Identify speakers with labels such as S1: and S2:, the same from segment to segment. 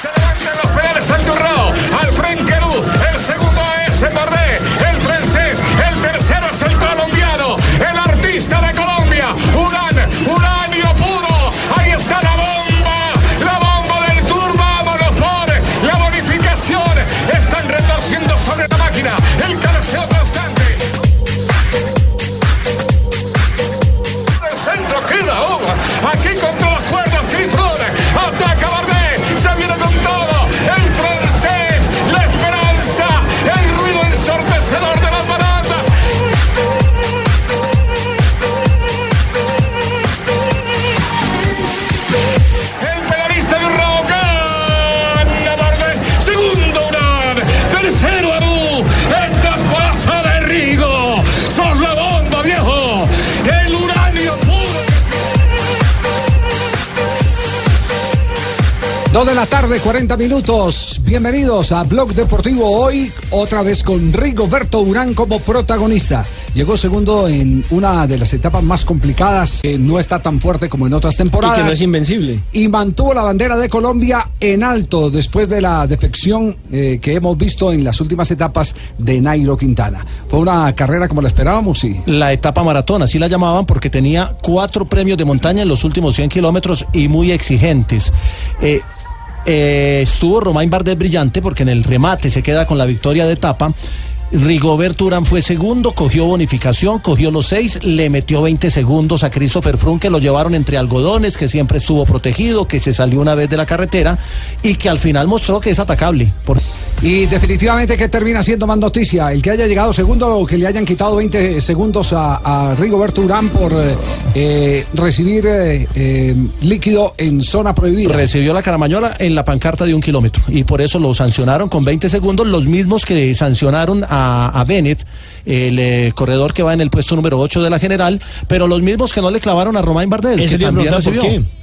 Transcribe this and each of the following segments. S1: Se levantan los penales al Turrao, al frente Aru, el segundo es Mbappé, el francés, el tercero es el colombiano, el artista de Colombia, Urán, Urán y lo pudo, ahí está la bomba, la bomba del Tour, vámonos por la bonificación, están retorciendo sobre la máquina, el cabeceo constante. El centro queda Uva. Aquí contra las cuerdas, Chris Froome. Ataca Bardet. Se viene con todo. El francés. La esperanza. El ruido ensordecedor de las baratas. El pedalista de Urrao gana Bardet. Segundo Urán. Tercero Abu. Esta pasa de Rigo. Sos la bomba, viejo. El uranio puro.
S2: Dos de la tarde, 40 minutos. Bienvenidos a Blog Deportivo hoy, otra vez con Rigoberto Urán como protagonista. Llegó segundo en una de las etapas más complicadas, que no está tan fuerte como en otras temporadas.
S3: Y que no es invencible.
S2: Y mantuvo la bandera de Colombia en alto después de la defección eh, que hemos visto en las últimas etapas de Nairo Quintana. Fue una carrera como la esperábamos, y
S3: La etapa maratón, así la llamaban porque tenía cuatro premios de montaña en los últimos 100 kilómetros y muy exigentes. Eh, eh, estuvo Romain Bardet brillante porque en el remate se queda con la victoria de etapa. Rigoberto Urán fue segundo, cogió bonificación, cogió los seis, le metió 20 segundos a Christopher Froome que lo llevaron entre algodones, que siempre estuvo protegido, que se salió una vez de la carretera y que al final mostró que es atacable. Por-
S2: Y definitivamente que termina siendo más noticia, el que haya llegado segundo o que le hayan quitado 20 segundos a, a Rigoberto Urán por eh, eh, recibir eh, eh, líquido en zona prohibida.
S3: Recibió la caramañola en la pancarta de un kilómetro y por eso lo sancionaron con 20 segundos, los mismos que sancionaron a, a Bennett, el eh, corredor que va en el puesto número 8 de la general, pero los mismos que no le clavaron a Romain Bardet,
S4: Ese
S3: que
S4: te iba a
S3: también
S4: preguntar,
S3: recibió.
S4: ¿por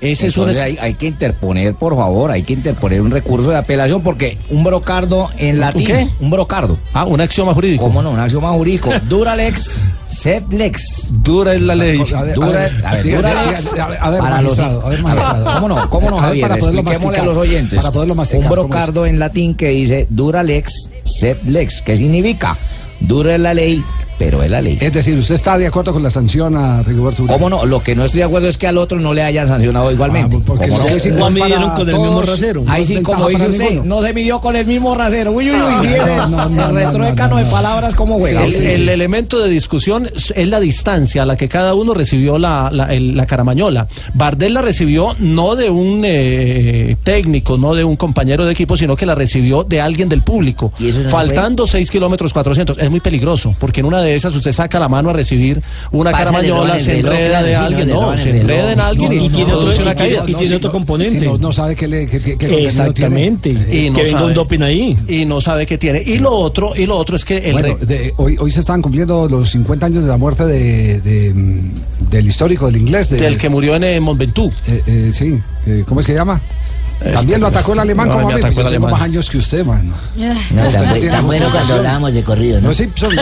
S3: Ese es un
S5: Entonces hay, hay que interponer, por favor, hay que interponer un recurso de apelación porque un brocardo en latín,
S3: qué?
S5: un brocardo,
S3: ah, un axioma jurídico.
S5: ¿cómo no? Un axioma jurídico, dura lex, sed lex.
S3: Dura es la ley.
S5: A ver, dura, a ver,
S2: diga,
S5: dura
S2: diga,
S5: lex.
S2: diga, a ver, a ver,
S5: para los-
S2: magistrado, a ver,
S5: a ver,
S2: magistrado.
S5: ¿Cómo no? ¿Cómo
S2: A
S5: no,
S2: ver,
S5: Javier?
S2: para poderlo
S5: Expliquémosle a
S2: masticar,
S5: los oyentes.
S2: para poderlo masticar,
S5: Un
S2: ¿cómo es?
S5: brocardo en latín que dice dura lex, sed lex. ¿Qué significa? Dura es la ley, pero es la ley.
S2: Es decir, ¿usted está de acuerdo con la sanción a Rigoberto Urán?
S5: ¿Cómo no? Lo que no estoy de acuerdo es que al otro no le hayan sancionado igualmente.
S2: Ah, porque
S5: ¿Cómo
S2: si
S5: no?
S2: es igual
S4: No midieron
S2: para
S4: con el mismo
S2: todos,
S4: rasero.
S2: no
S5: Ahí
S2: es
S5: sí,
S2: ventaja
S5: como dice
S2: para
S5: usted,
S2: ninguno.
S5: no se midió con el mismo rasero. Uy, uy, uy, tiene
S2: Ah, no, no, no, no,
S5: el retroécano
S2: no,
S5: de
S2: no.
S5: palabras como juega.
S3: el,
S5: Sí, sí.
S3: el elemento de discusión es es la distancia a la que cada uno recibió la, la- el- la caramañola. Bardel la recibió no de un eh, técnico, no de un compañero de equipo, sino que la recibió de alguien del público.
S5: ¿Y eso no se
S3: Faltando 6 kilómetros 400. Es muy peligroso, porque en una de esas usted saca la mano a recibir una
S5: Pasa, le roban
S3: caramañola,
S5: el
S3: se
S5: reloj,
S3: enreda
S5: claro,
S3: de
S5: sí, no,
S3: alguien,
S5: le
S3: no,
S5: roban el
S3: se enreda
S5: reloj.
S3: en alguien
S4: No, no,
S3: y
S4: no,
S3: tiene
S4: no,
S3: produce
S4: y
S3: una
S4: tiene-
S3: caída.
S4: y tiene otro
S2: no,
S4: componente.
S2: si no, no sabe qué le- qué- qué- qué contenido
S4: Exactamente.
S2: tiene.
S3: Y no
S4: que venga
S3: sabe.
S4: un doping ahí.
S3: Y no sabe qué tiene. Y lo otro, y lo otro es que el
S2: Bueno,
S3: re-
S2: de- hoy, hoy se están cumpliendo los 50 años de la muerte de, de, mm, del histórico, del inglés. de-
S3: del que murió en eh, Montventoux.
S2: eh, eh, sí, eh, ¿cómo es que llama? También lo atacó el alemán
S3: no,
S2: como
S3: me
S2: a mí,
S3: atacó
S2: pues yo
S3: el
S2: tengo
S3: alemán.
S2: más años que usted, mano.
S5: No,
S2: Usted
S5: tan,
S2: no
S5: bu-
S2: tiene
S5: tan bueno
S2: mucha
S5: cuando
S2: noción.
S5: hablábamos de corrido,
S2: No
S5: ¿no?
S2: es Simpson,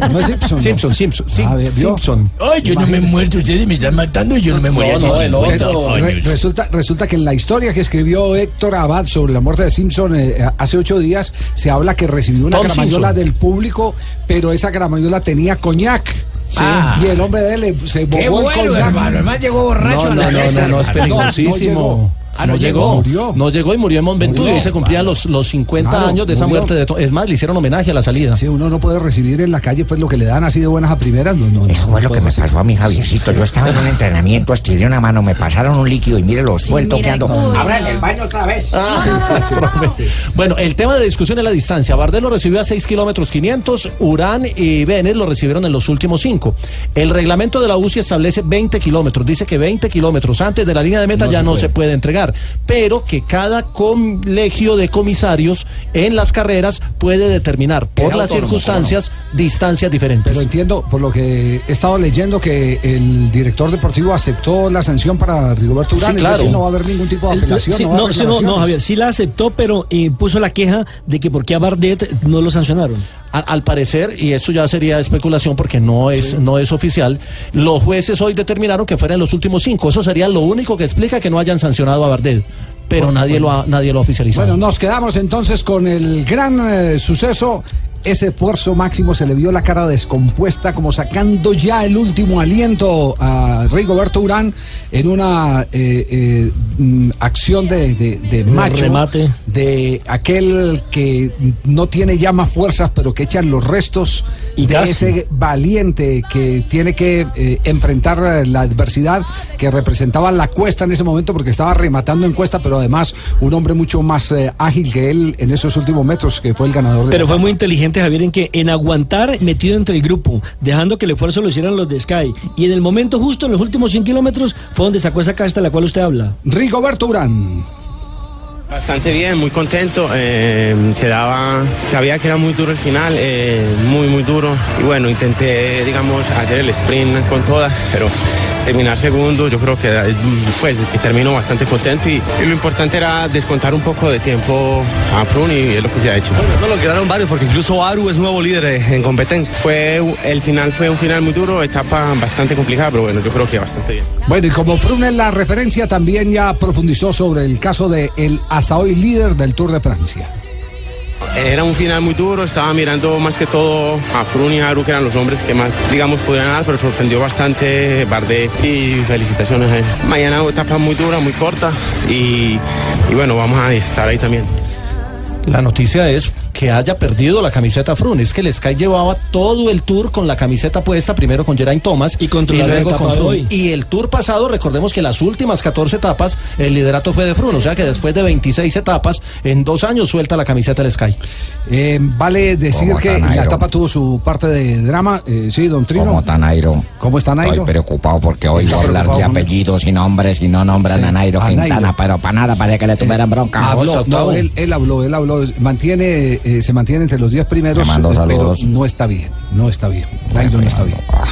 S2: no. No es Simpson. no.
S3: Simpson, Simpson, Sim-
S2: Ah, ¿vio?
S3: Simpson.
S6: Ay, yo no me he muerto, ustedes me están matando y yo no me morí hace
S3: no, el
S6: 50
S2: Re- re-
S6: años.
S2: resulta, resulta que en la historia que escribió Héctor Abad sobre la muerte de Simpson eh, hace ocho días se habla que recibió una
S3: Tom
S2: gramayola
S3: Simpson.
S2: del público, pero esa gramayola tenía coñac.
S6: Ah.
S2: Y el hombre de él eh, se bobó el coñac.
S5: hermano llegó
S3: No, no, no, no, no, es
S2: No, no
S3: peligrosísimo. Ah,
S2: llegó.
S3: no, llegó.
S2: murió.
S3: No llegó y murió en Monventudio.
S2: Murió.
S3: Y se cumplían los, los 50
S2: Claro,
S3: años de esa
S2: murió.
S3: muerte. De to- es más, le hicieron homenaje a la salida.
S2: Si uno no puede recibir en la calle pues lo que le dan así de buenas a primeras, no, no.
S7: Eso
S2: no
S7: fue lo que me
S2: podemos hacer.
S7: pasó a mi Javiercito. Yo estaba en un entrenamiento, estiré una mano, me pasaron un líquido y mire lo suelto que
S8: mira el
S7: ando.
S8: culo.
S7: Ahora en el baño otra vez.
S5: Ah.
S3: Bueno, el tema de discusión es la distancia. Bardet lo recibió a 6 kilómetros 500, Urán y Vélez lo recibieron en los últimos 5. El reglamento de la UCI establece 20 kilómetros. Dice que 20 kilómetros antes de la línea de meta ya no se puede entregar, pero que cada colegio de comisarios en las carreras puede determinar por las circunstancias distancias diferentes.
S2: Pero entiendo, por lo que he estado leyendo, que el director deportivo aceptó la sanción para Rigoberto
S3: Sí,
S2: Urán,
S3: claro.
S2: es decir, no va a haber ningún tipo de apelación.
S9: Sí,
S2: no, va a
S9: no,
S2: haber
S9: sí, no, no,
S2: reclamaciones.
S9: Javier, sí la aceptó, pero eh, puso la queja de que por qué a Bardet no lo sancionaron.
S3: A- al parecer, y eso ya sería especulación porque no es, no es oficial, los jueces hoy determinaron que fueran los últimos cinco. Eso sería lo único que explica que no hayan sancionado a Bardet. Pero nadie, lo ha, nadie lo ha oficializado.
S2: Bueno, nos quedamos entonces con el gran eh, suceso. Ese esfuerzo máximo se le vio la cara descompuesta, como sacando ya el último aliento a Rigoberto Urán en una eh, eh, mm, acción de, de, de macho,
S9: remate.
S2: de aquel que no tiene ya más fuerzas, pero que echan los restos
S9: Y
S2: de
S9: casi.
S2: ese valiente que tiene que eh, enfrentar eh, la adversidad que representaba la cuesta en ese momento porque estaba rematando en cuesta, pero además un hombre mucho más eh, ágil que él en esos últimos metros que fue el ganador. de-
S9: Pero fue muy inteligente Javier en que en aguantar metido entre el grupo, dejando que el esfuerzo lo hicieran los de Sky. Y en el momento justo, en los últimos 100 kilómetros, fue donde sacó esa casta de la cual usted habla.
S2: Rigoberto Urán.
S10: Bastante bien, muy contento. eh, se daba, sabía que era muy duro el final, eh, muy, muy duro. Y bueno, intenté, digamos, hacer el sprint con todas, pero terminar segundo, yo creo que eh, pues que termino bastante contento y, y lo importante era descontar un poco de tiempo a Frun y es lo que se ha hecho.
S11: No lo quedaron varios porque incluso Aru es nuevo líder eh, en competencia.
S10: Fue, u- el final fue un final muy duro, etapa bastante complicada, pero bueno, yo creo que bastante bien.
S2: Bueno, y como Frun en la referencia, también ya profundizó sobre el caso de el hasta hoy líder del Tour de Francia.
S10: Era un final muy duro, estaba mirando más que todo a Frun y a Aru, que eran los hombres que más, digamos, podían dar, pero sorprendió bastante Bardet y felicitaciones a él. Mañana etapa muy dura, muy corta y, y bueno, vamos a estar ahí también.
S3: La noticia es que haya perdido la camiseta Frun. Es que el Sky llevaba todo el tour con la camiseta puesta, primero con Geraint Thomas
S9: Y controlando
S3: luego
S9: la etapa
S3: con
S9: de
S3: Froome.
S9: hoy.
S3: Y el tour pasado, recordemos que las últimas 14 etapas, el liderato fue de Frun. O sea que después de 26 etapas, en dos años suelta la camiseta el Sky.
S2: Eh, vale decir
S7: ¿Cómo
S2: que
S7: tan
S2: la
S7: iron?
S2: etapa tuvo su parte de drama. eh, sí, don Trino.
S7: ¿Cómo está Nairo?
S2: ¿Cómo está Nairo?
S7: Estoy preocupado porque oigo hablar de
S2: preocupado, hombre.
S7: apellidos y nombres y no nombran
S2: Sí,
S7: a Nairo
S2: a
S7: Quintana,
S2: Nairo.
S7: pero para nada, parece que le tuvieran
S5: Ah,
S7: bronca.
S2: Habló,
S7: Vos,
S2: no,
S7: Octavo.
S2: él, él habló, él habló, mantiene, eh, se mantiene entre los 10 primeros,
S7: Le mando
S2: eh, pero
S7: saludos.
S2: no está bien, no está bien, Nairo no está bien.
S7: Ah,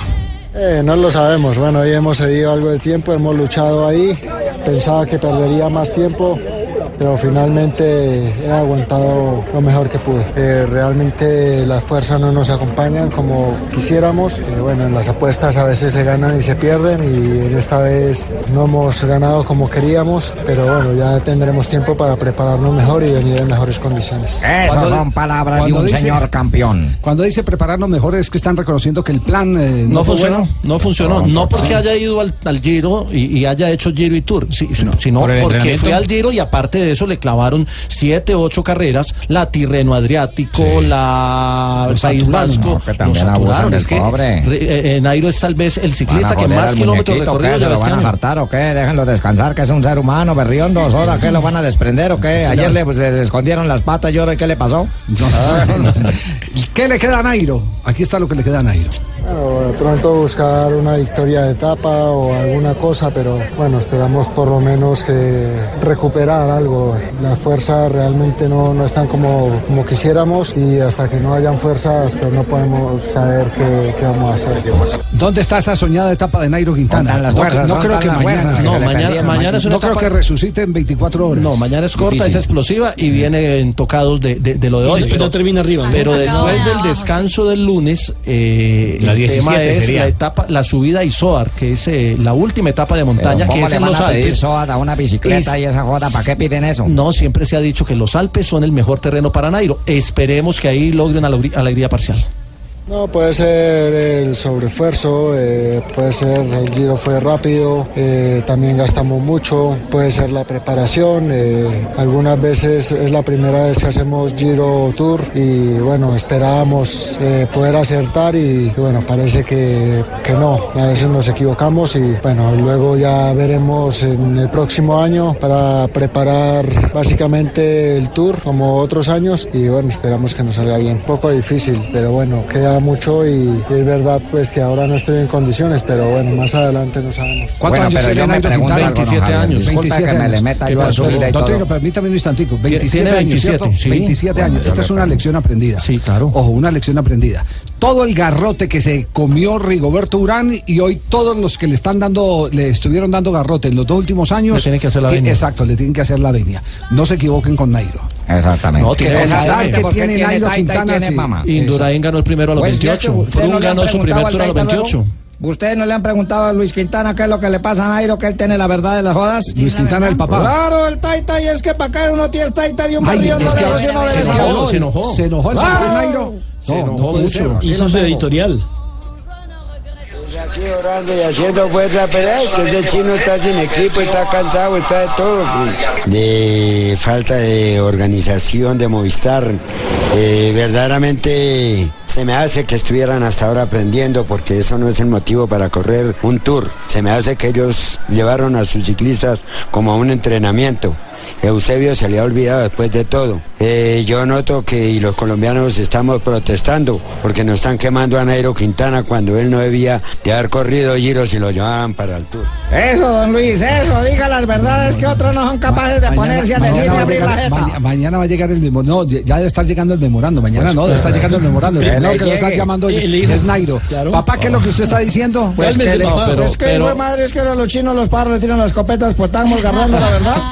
S3: Eh, no lo sabemos. Bueno, hoy hemos cedido algo de tiempo, hemos luchado ahí. Pensaba que perdería más tiempo, pero finalmente he aguantado lo mejor que pude. Eh, realmente las fuerzas no nos acompañan como quisiéramos. Eh, bueno, en las apuestas a veces se ganan y se pierden y en esta vez no hemos ganado como queríamos, pero bueno, ya tendremos tiempo para prepararnos mejor y venir en mejores condiciones.
S7: Esas
S2: Cuando di-
S7: son palabras de
S2: cuando
S7: un
S2: dice-
S7: señor campeón.
S2: Cuando dice prepararnos mejor es que están reconociendo que el plan eh, no, fue bueno.
S3: no
S7: Ah,
S3: funcionó. No porque haya ido al, al Giro y, y haya hecho Giro y Tour, si- si- sino
S12: ¿Por el
S3: porque
S12: entrenamiento?
S3: fue al Giro y aparte de eso le clavaron siete, ocho carreras, la Tirreno Adriático, la
S2: Lo
S3: País
S2: saturaron,
S3: Vasco.
S7: no, que también
S3: lo saturaron.
S7: abusan del
S3: Es que
S7: pobre.
S3: re- eh, eh, Nairo es tal vez el
S7: ¿Van
S3: ciclista
S7: a
S3: que
S7: joder
S3: más
S7: al
S3: kilómetros
S7: muñequito,
S3: recorridos
S7: ¿qué? ¿Se
S3: lleva
S7: lo
S3: este
S7: van a
S3: año.
S7: hartar o qué? Déjenlo descansar, que es un ser humano, berrión dos horas, ¿qué lo van a desprender o qué? Ayer le, pues, le escondieron las patas, yo ¿qué le pasó?
S2: No. Ah. ¿Qué le queda a Nairo? Aquí está lo que le queda a Nairo.
S3: Ah, Bueno, pronto buscar una victoria de etapa o alguna cosa, pero bueno, esperamos por lo menos que recuperar algo. Las fuerzas realmente no, no están como, como quisiéramos y hasta que no hayan fuerzas, pues no podemos saber qué, qué vamos a hacer.
S2: ¿Dónde está esa soñada etapa de Nairo Quintana?
S7: Contan las
S2: no,
S7: fuerzas,
S2: no creo
S7: contan
S2: que
S7: las
S2: mañana,
S7: fuerzas que
S2: no,
S7: se le
S2: mañana-
S7: perdieron.
S3: mañana es una
S2: no creo
S3: etapa-
S2: que resucite en 24 horas.
S3: mañana es
S7: corta, Difícil. es
S3: explosiva y viene en tocados de, lo de
S9: Sí, no termina arriba.
S3: Pero
S8: Acabó
S3: después
S8: de
S3: del
S8: abajo,
S3: descanso del lunes, eh,
S12: La
S3: el
S12: 17
S3: tema es
S12: sería.
S3: la etapa, la subida y Soar, que es eh, la última etapa de
S7: Pero
S3: montaña, que
S7: ¿Cómo
S3: es
S7: le
S3: en
S7: van
S3: los
S7: a pedir
S3: Alpes.
S7: soda a una bicicleta
S3: Es-
S7: y esa joda? ¿Para qué piden eso?
S3: No, siempre se ha dicho que los Alpes son el mejor terreno para Nairo. Esperemos que ahí logre una alegría- alegría parcial.
S7: No, puede ser el sobreesfuerzo, eh, puede ser el giro fue rápido, eh, también gastamos mucho, puede ser la preparación, eh, algunas veces es la primera vez que hacemos giro tour y bueno, esperábamos eh, poder acertar y bueno, parece que, que no, a veces nos equivocamos y bueno, luego ya veremos en el próximo año para preparar básicamente el tour como otros años y bueno, esperamos que nos salga bien, un poco difícil, pero bueno, queda mucho y, y es verdad pues que ahora no estoy en condiciones, pero bueno, más adelante no sabemos.
S2: ¿Cuántos años tiene Nairo Quintana?
S5: 27 años. Disculpa que me le meta yo a su vida y
S2: Don
S5: todo.
S2: Trino, permítame un instantico. 27
S3: Tiene
S2: años,
S3: 27,
S2: ¿cierto?
S3: sí.
S2: 27
S3: Bueno,
S2: años. Esta es una lección aprendida. Sí, claro. Ojo, una lección aprendida. Todo el garrote que se comió Rigoberto Urán y hoy todos los que le están dando, le estuvieron dando garrote en los dos últimos años.
S3: Le tienen que hacer la
S2: ti-
S3: venia.
S2: Exacto, le tienen que hacer la venia. No se equivoquen con Nairo.
S5: Exactamente.
S3: No, tiene
S2: Que con la edad
S3: conocimiento.
S2: que tiene Nairo Quintana, sí.
S3: Indurain ganó el primero a los
S5: Pues, ya
S3: 28.
S5: que ustedes no
S3: Froome
S5: le han
S3: ganó su primer
S5: preguntado al
S3: tour a los
S5: Taita luego.
S3: 28.
S5: ¿Ustedes no le han preguntado a Luis Quintana qué es lo que le pasa a Nairo, que él tiene la verdad de las jodas?
S2: Luis Quintana, el papá.
S5: Claro, el Taita, y es que para acá uno tiene Taita de un
S2: Ay,
S5: barrio,
S2: es
S5: no
S2: que
S5: le
S2: ahora-
S5: uno
S2: es
S5: de
S2: que
S5: la
S2: ahora se enojó. Se enojó el señor
S5: Claro.
S2: Nairo.
S9: Se
S2: No,
S9: enojó
S2: no puede
S9: mucho.
S2: ser. Aquí
S9: Hizo
S2: lo
S9: su
S2: tengo.
S9: editorial.
S13: Aquí orando y haciendo fuerza, pero es que ese chino está sin equipo, está cansado, está de todo. De falta de organización de Movistar. Eh, verdaderamente se me hace que estuvieran hasta ahora aprendiendo porque eso no es el motivo para correr un tour. Se me hace que ellos llevaron a sus ciclistas como a un entrenamiento. Eusebio se le ha olvidado después de todo. Eh, yo noto que y los colombianos estamos protestando porque nos están quemando a Nairo Quintana cuando él no debía de haber corrido giros y lo llevaban para el tour.
S5: Eso, don Luis, eh. eso, diga las verdades que otros no son capaces de ponerse a decir y
S2: va a
S5: abrir la
S2: llegar-
S5: jeta.
S2: maña- mañana va a llegar el mismo. No, ya ya debe estar llegando el memorando. Mañana
S5: Pues
S2: no, debe estar
S5: claro.
S2: llegando el memorando. El
S5: Que
S2: primero
S5: le
S2: que lo está
S5: llegue.
S2: llamando es,
S5: El hijo.
S2: es Nairo. Papá, ¿qué es lo que usted está diciendo?
S5: Pues que, le-
S3: pero-
S5: es que
S3: pero-
S5: hijo de madre, es que los chinos, los padres le tiran las copetas, pues estamos agarrando la verdad.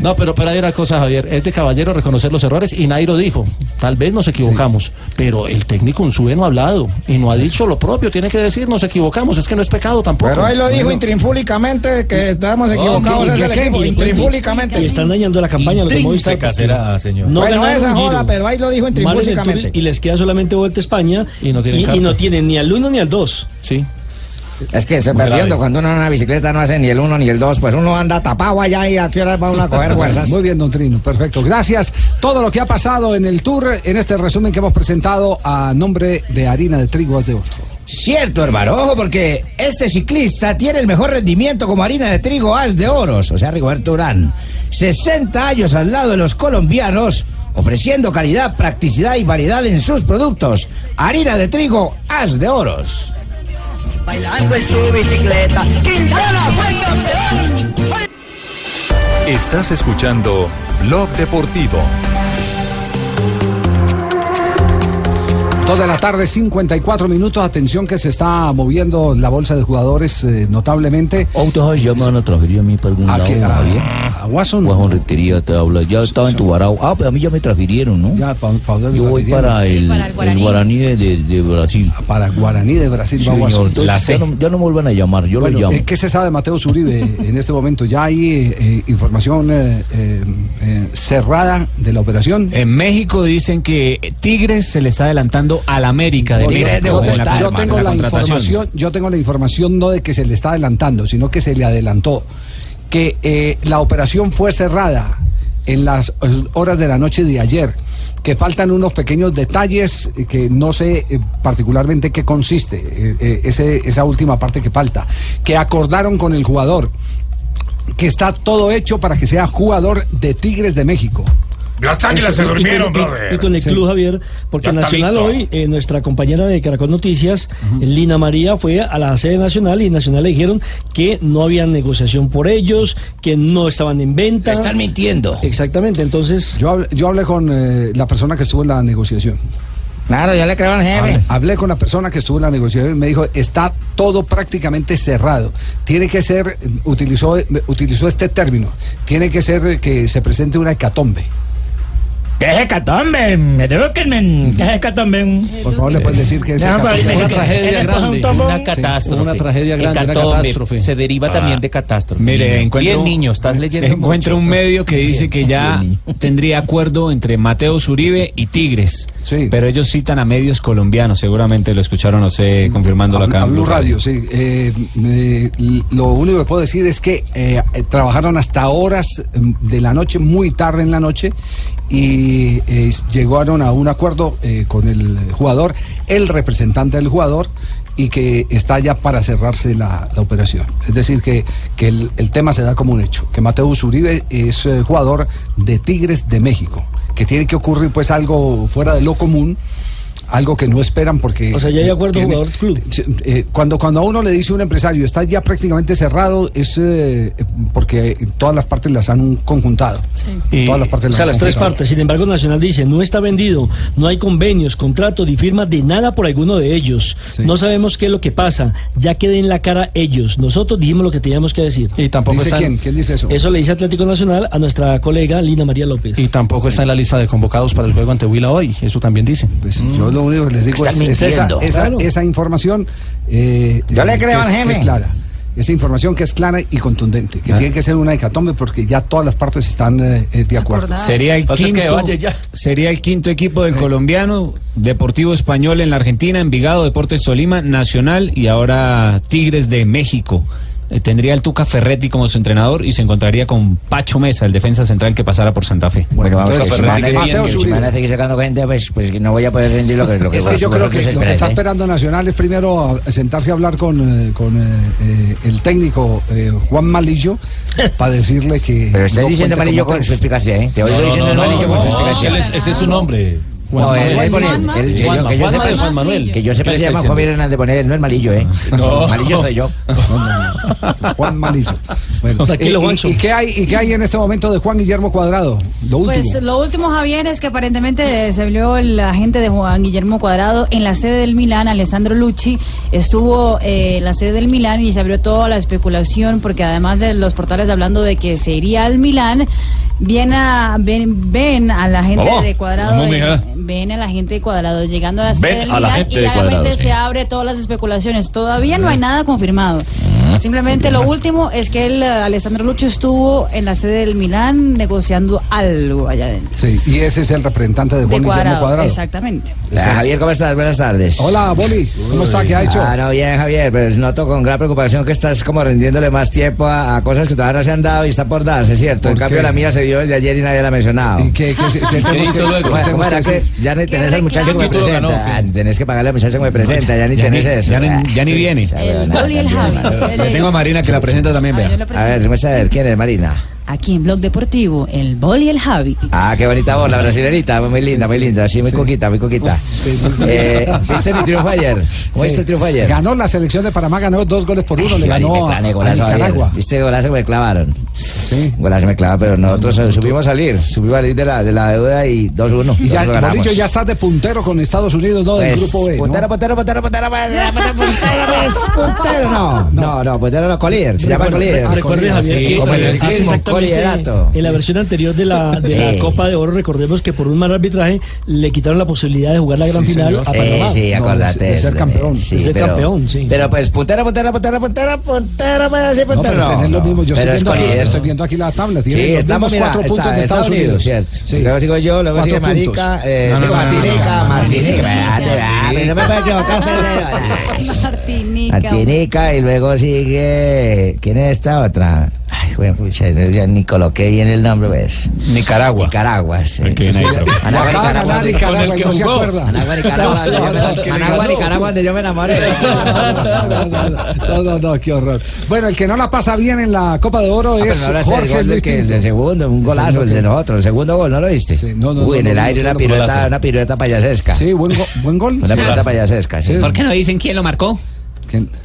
S3: No, pero, pero hay una cosa, Javier. Es de caballero reconocer los errores. Y Nairo dijo: Tal vez nos equivocamos. Pero el técnico Unzúe no ha hablado. Y no ha dicho lo propio. Tiene que decir: Nos equivocamos. Es que no es pecado tampoco.
S5: Pero ahí lo dijo
S3: Bueno.
S5: intrinfúlicamente que estamos equivocados, es el equipo, intrinfúlicamente.
S9: Y están dañando la campaña. los de Movistar,
S4: Intrínseca será, señor.
S9: No
S5: bueno,
S9: ganaron
S5: esa
S9: un
S5: joda,
S9: Giro.
S5: pero ahí lo dijo
S9: Mal en el Tour
S5: intrinfúlicamente.
S9: Y les queda solamente Vuelta a España. Y no
S5: tienen carta.
S9: no tienen ni al uno ni al dos.
S3: Sí.
S5: Es que se
S9: Muy
S5: perdiendo
S9: grave.
S5: cuando uno en una bicicleta no hace ni el uno ni el dos, pues uno anda tapado allá y a qué hora va uno a coger fuerzas.
S2: Muy bien, don Trino, perfecto. Gracias. Todo lo que ha pasado en el tour, en este resumen que hemos presentado a nombre de Harina de Triguas de Oro.
S5: Cierto, hermano, ojo, porque este ciclista tiene el mejor rendimiento como harina de trigo as de oros, o sea, Rigoberto Urán. 60 años al lado de los colombianos, ofreciendo calidad, practicidad y variedad en sus productos. Harina de trigo as de oros.
S12: Bailando en su bicicleta. Quintana fue campeón. Fue-
S14: Estás escuchando Blog Deportivo.
S2: Dos de la tarde, 54 minutos. Atención que se está moviendo la bolsa de jugadores eh, notablemente.
S4: Entonces ya me van a transferir a mí para algún
S2: ¿A
S4: lado,
S2: qué? Ah, ¿A-
S4: Javier.
S2: a Watson?
S4: Watson Rentería te habla. Ya estaba en tu varao. Ah, pero a mí ya me transfirieron, ¿no?
S2: Ya, ¿para, dónde
S4: Yo
S2: me
S4: voy
S2: transfirieron?
S4: para
S2: Sí,
S4: el,
S2: para el Guaraní.
S4: el Guaraní de, de- de Brasil.
S2: Para Guaraní de Brasil,
S4: sí,
S2: va
S4: señor.
S2: Watson.
S4: Entonces,
S2: La
S4: ya,
S2: C.
S4: no, ya no me vuelvan a llamar, yo
S2: Bueno,
S4: los llamo.
S2: eh, ¿Qué se sabe de Mateo Zuribe en este momento? ¿Ya hay eh, eh, información eh, eh, eh, cerrada de la operación?
S15: En México dicen que Tigres se le está adelantando al América de
S2: Yo-
S15: México.
S2: Pues yo
S15: en
S2: tengo-
S15: la-
S2: yo
S15: en
S2: tengo la
S15: contratación.
S2: información, yo tengo la información no de que se le está adelantando, sino que se le adelantó que eh, la operación fue cerrada en las eh, horas de la noche de ayer, que faltan unos pequeños detalles eh, que no sé eh, particularmente qué consiste eh, eh, ese- esa última parte que falta, que acordaron con el jugador, que está todo hecho para que sea jugador de Tigres de México.
S1: Las águilas se
S9: Eso, y- y
S1: durmieron,
S9: con- y-
S1: brother.
S9: Y con el
S1: Sí.
S9: club, Javier, porque
S1: Ya está
S9: Nacional
S1: listo.
S9: hoy, eh, nuestra compañera de Caracol Noticias, Lina María, fue a la sede Nacional y Nacional le dijeron que no había negociación por ellos, que no estaban en venta. Están
S4: mintiendo.
S9: Exactamente, entonces...
S2: Yo hablé, yo hablé con eh, la persona que estuvo en la negociación.
S5: Claro, ya le creo al jefe.
S2: Hablé, hablé con la persona que estuvo en la negociación y me dijo, está todo prácticamente cerrado. Tiene que ser, utilizó, utilizó este término, tiene que ser que se presente una hecatombe.
S12: ¿Qué es hecatombe? Me debo que me... ¿Qué es hecatombe?
S2: Por favor, le puedes decir que es
S12: No,
S2: hecatombe.
S12: pues, Una tragedia
S2: Él le coge un
S12: grande.
S2: tombo.
S4: Una
S2: Sí.
S4: catástrofe.
S2: Una tragedia grande, una
S4: Hecatombe.
S2: catástrofe.
S4: Se deriva
S2: Ah.
S4: también de catástrofe.
S15: Mire, encuentro,
S4: Bien, niño, estás leyendo.
S15: Encuentro
S4: mucho.
S15: un medio que dice que ya tendría acuerdo entre Mateo Zuribe y Tigres. Pero ellos citan a medios colombianos, seguramente lo escucharon, no sé, confirmándolo acá.
S2: Mm, A
S15: en
S2: Blue
S15: Blue
S2: Radio, sí. Eh, eh, lo único que puedo decir es que eh, eh, trabajaron hasta horas mm, de la noche, muy tarde en la noche, y eh, llegaron a un acuerdo eh, con el jugador, el representante del jugador, y que está ya para cerrarse la, la operación. Es decir, que, que el, el tema se da como un hecho, que Mateo Uribe es eh, jugador de Tigres de México, que tiene que ocurrir pues algo fuera de lo común algo que no esperan porque... eh,
S9: O sea, ya hay acuerdo
S2: tiene-
S9: jugador-club.
S2: t- eh, cuando, cuando a uno le dice un empresario, está ya prácticamente cerrado, es eh, porque todas las partes las han conjuntado. Todas las partes
S9: o
S2: las
S9: sea,
S2: han
S9: las tres
S2: conjuntado.
S9: partes. Sin embargo, Nacional dice, no está vendido, no hay convenios, contratos ni firmas de nada por alguno de ellos. No sabemos qué es lo que pasa. Ya que den la cara ellos. Nosotros dijimos lo que teníamos que decir.
S3: Y tampoco
S9: ¿Dice
S3: están-
S9: quién?
S2: ¿Quién dice eso?
S9: Eso le dice Atlético Nacional a nuestra colega Lina María López.
S3: Y tampoco está en la lista de convocados para el juego ante Huila hoy, eso también dicen.
S2: Pues, Yo lo único que les digo es, es esa, esa- esa información... eh,
S3: Yo le
S2: eh,
S3: creo
S2: que
S3: al
S2: es- que
S3: jefe.
S2: es clara. Esa información que es clara y contundente, que
S15: Ah.
S2: tiene que ser una hecatombe porque ya todas las partes están eh, eh, de acuerdo.
S15: Sería el, quinto, sería el quinto equipo del colombiano, Deportivo Español en la Argentina, Envigado, Deportes Tolima, Nacional y ahora Tigres de México. Eh, Tendría el Tuca Ferretti como su entrenador y se encontraría con Pacho Mesa, el defensa central que pasara por Santa Fe.
S5: Bueno, vamos
S15: Entonces,
S5: a ver, si
S15: Ferretti,
S5: van a-
S15: bien, bien.
S5: si van a seguir sacando gente, pues, pues que no voy a poder rendir lo que, lo que
S2: Es que
S5: vos-
S2: yo creo
S5: vosotros
S2: que lo que
S5: esperáis,
S2: está
S5: ¿eh?
S2: esperando Nacional es primero a- sentarse a hablar con, eh, con eh, eh, el técnico eh, Juan Malillo para decirle que.
S5: Pero estás
S2: no
S5: diciendo
S2: cuente
S5: malillo
S2: con
S5: con su explicación, ¿eh? Te oigo
S2: No, no,
S5: diciendo
S2: no,
S5: malillo
S2: no,
S5: con su
S4: Ah,
S2: no,
S5: explicación.
S2: él es- ese es su
S5: nombre.
S2: Juan
S5: No, él- él
S2: Manuel.
S5: pone-
S2: Juanma.
S5: él- yo-
S2: Juanma,
S5: que yo
S2: Juanma
S5: sepa-
S2: de Juan Manuel.
S5: Que yo sepa
S2: ¿Qué
S5: se
S2: le
S5: llama
S2: está
S5: Javier Hernández Bonet, él no es malillo, ¿eh?
S2: No.
S5: Malillo soy yo.
S2: Juan Malillo. Bueno, eh,
S5: Tranquilo,
S2: y-
S5: Juancho.
S2: y, y qué hay, ¿Y qué hay en este momento de Juan Guillermo Cuadrado? Lo último.
S16: Pues lo último, Javier, es que aparentemente se vio el agente de Juan Guillermo Cuadrado en la sede del Milán, Alessandro Lucci, estuvo eh, en la sede del Milán y se abrió toda la especulación, porque además de los portales hablando de que se iría al Milán, bien a, ven, ven a la gente
S17: Vamos,
S16: de Cuadrado.
S17: vamos,
S16: en-
S17: mija.
S16: ven a la gente de Cuadrado llegando a la
S17: Ven
S16: sede del
S17: a la
S16: Milán
S17: gente
S16: y
S17: de Cuadrado,
S16: claramente
S17: sí.
S16: se abre todas las especulaciones. Todavía no hay nada confirmado. Simplemente lo último es que el eh, Alessandro Lucho estuvo en la sede del Milán negociando algo allá adentro.
S2: Sí, y ese es el representante de
S16: De
S2: Juan
S16: cuadrado,
S2: Guillermo Cuadrado.
S16: Exactamente.
S5: Ah, Javier, ¿cómo estás? Buenas tardes.
S2: Hola, Boli. ¿Cómo está? ¿Qué ha hecho?
S5: Ah, no, bien, Javier. Pues noto con gran preocupación que estás como rindiéndole más tiempo a, a cosas que todavía no se han dado y está por darse, ¿cierto? En
S2: ¿Por
S5: cambio,
S2: qué?
S5: la mía se dio desde ayer y nadie la ha mencionado.
S2: qué- qué- qué tenemos ¿Qué hizo que- luego?
S5: Bueno,
S2: qué
S5: ¿cómo
S2: tenemos
S5: era
S2: que
S5: que
S2: hacer?
S5: ya ni
S2: ¿Qué
S5: tenés al muchacho que me
S2: reclamo? ¿Qué título
S5: presenta.
S2: ganó?
S5: Ah, tenés que pagarle al muchacho que me presenta. Ya ni
S15: Ya
S5: tenés
S15: ni-
S5: eso.
S15: ya ni-
S5: Ah,
S15: ya ni
S5: sí.
S15: viene.
S5: Esa
S2: Pues
S15: El
S5: huevona,
S16: Boli y el
S5: ya ni
S16: Javi.
S5: viene.
S16: Le tengo a Marina que la presenta
S15: también, vea.
S16: yo la
S5: A ver, muestra a ver, ¿quién es Marina?
S16: Aquí en Blog Deportivo, el Bol y el Javi.
S5: Ah, qué bonita voz, la brasileñita, muy linda, muy linda, sí, muy coquita, muy coquita. Eh, ¿Viste mi triunfo ayer? ¿Cómo
S2: Sí.
S5: viste el triunfo ayer?
S2: Ganó la selección de Panamá, ganó dos goles por uno,
S5: Ay,
S2: le
S5: Iván, y
S2: ganó
S5: me
S2: a,
S5: clavé,
S2: a
S5: golazo ayer.
S2: Nicaragua.
S5: ¿Viste el golazo que me clavaron? Sí. Golazo me clavaron, pero nosotros eh, supimos salir, supimos salir de la, de la deuda y 2-1.
S2: Y ya,
S5: 2-1 ganamos.
S2: Bolillo, ya estás de puntero con Estados Unidos, ¿no? del
S5: Pues,
S2: grupo B. ¿no?
S5: puntero, puntero, puntero, puntero, puntero, puntero, puntero, puntero, no. No, no, puntero no, colíder, se llama
S9: Recuerde-
S5: colíder.
S9: Recuerde, Javier, que
S5: como en el
S9: hace
S5: ciclismo,
S9: exactamente-
S5: coliderato.
S9: en la versión anterior de la, de la
S5: Eh.
S9: Copa de Oro, recordemos que por un mal arbitraje le quitaron la posibilidad de jugar la gran
S5: Sí,
S9: final
S5: señor.
S9: a Panamá.
S5: Eh, sí, acordate.
S9: de ser
S5: de-
S9: campeón.
S5: sí,
S9: de ser
S5: pero-
S9: campeón, sí.
S5: Pero pues, puntero, puntero, puntero, puntero, puntero, puntero, sí,
S2: No,
S5: puntero,
S2: pero
S5: no.
S2: tenés lo
S5: no.
S2: mismo. Yo
S5: Pero
S2: estoy
S5: es
S2: viendo,
S5: colíder.
S2: estoy viendo aquí la tabla. Tiene
S5: Sí,
S2: los mismos
S5: estamos mira,
S2: cuatro puntos
S5: está-
S2: de Estados Unidos.
S5: cierto.
S2: Sí.
S5: Luego sigo yo, luego
S2: Cuatro
S5: sigue Marica,
S2: puntos.
S5: eh,
S2: No, no,
S5: digo
S2: no, no,
S5: Martinica,
S2: no, no,
S5: Martinica,
S2: no, no,
S5: espérate, espérate, no me puedo equivocar, espérate.
S16: Martinica.
S5: Martinica y luego sigue ¿quién es esta otra? Ay, güey, pucha, no, ya ni coloqué bien el nombre, pues. Nicaragua. Nicaragua, sí.
S2: Aquí en
S5: sí, sí.
S2: Nicaragua.
S5: Anagua,
S2: Acaba de
S5: Nicaragua,
S2: ganar Nicaragua, Con el que no se jugó. acuerda.
S5: Anagua, Nicaragua, donde yo me-
S2: No, no, que le
S5: Anagua,
S2: ganó.
S5: Nicaragua, donde yo me enamoré.
S2: No, no, no, qué horror. Bueno, el que no la pasa bien en la Copa de Oro
S5: Ah, pero
S2: es
S5: no hablaste del
S2: Jorge
S5: gol del
S2: Luis
S5: que-
S2: Pinto.
S5: del segundo, un golazo, el de nosotros, el segundo gol, ¿no lo viste?
S2: no,
S5: Uy, en
S2: no,
S5: el
S2: no,
S5: aire
S2: no,
S5: una
S2: no,
S5: pirueta,
S2: golazo.
S5: una pirueta payasesca.
S2: Sí, buen, go- buen gol.
S5: Una
S2: Sí.
S5: pirueta payasesca, sí.
S15: ¿Por qué no dicen quién lo marcó?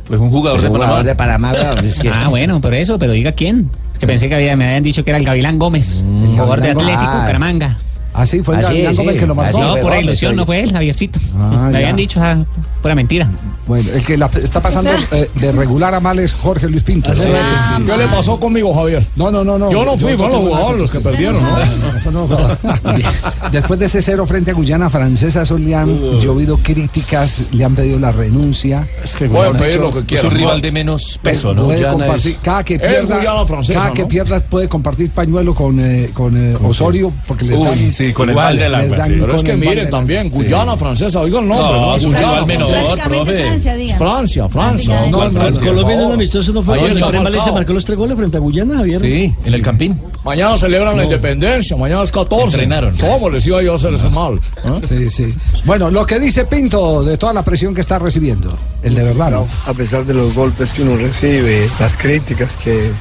S5: Pues un
S15: jugador de
S5: jugador de Panamá. weón, es que-
S15: Ah, bueno, por eso, pero diga quién. Es que pensé que había- me habían dicho que era el Gavilán Gómez,
S5: Mm.
S15: el jugador de
S2: Gavilán Gómez.
S15: Atlético
S2: Ah.
S15: Bucaramanga.
S2: Ah, sí, fue el
S15: Así,
S2: Gavilán
S15: sí,
S2: Gómez que lo
S15: así
S2: marcó.
S15: No, por la ilusión, no fue él, Javiercito.
S2: Ah,
S15: Me
S2: ya.
S15: habían dicho, ah, Pura mentira.
S2: Bueno, el que la está pasando eh, de regular a mal es Jorge Luis Pinto.
S4: Sí, sí, sí. ¿Qué le pasó
S2: conmigo, Javier? No, no, no. no.
S4: Yo no fui, fueron los
S2: tengo nada
S4: jugadores los que
S2: usted.
S4: perdieron, ¿no?
S2: Usted no sabe. Después de ese cero frente a Guyana Francesa, eso le han llovido críticas, le han pedido la renuncia. Es que
S4: Pueden pedir lo que quieran.
S2: Puede compartir, cada que
S4: Es
S2: pierda,
S4: Guyana Francesa,
S2: cada que
S4: ¿no?
S2: pierda puede compartir pañuelo con, eh, con, eh, Osorio porque le
S4: Uy,
S2: dan-
S4: sí, con el
S2: igual,
S4: mal del agua,
S2: les dan
S4: sí. Pero es
S2: con
S4: que
S2: el mal
S4: miren
S2: del-
S4: también,
S2: Sí.
S4: Guyana francesa, oiga el nombre,
S2: No,
S4: ¿no?
S2: es
S4: Guyana
S2: igual menor,
S4: francesa.
S9: Prácticamente profe. Francia, diga.
S4: Francia, Francia.
S9: No, no, no, Colombia en un amistoso no fue.
S4: Ahí
S9: Cuando
S4: está
S9: Efraín Valencia
S4: Falcao.
S9: marcó los tres goles frente a Guyana, Javier.
S4: en el Campín. Mañana celebran la independencia, mañana es 14.
S2: Entrenaron.
S4: ¿Cómo les iba yo a hacer eso mal?
S2: Sí, sí. Bueno, lo que dice Pinto de toda la presión que está recibiendo, el de verdad. ¿no?
S18: A pesar de los golpes que uno recibe, las críticas que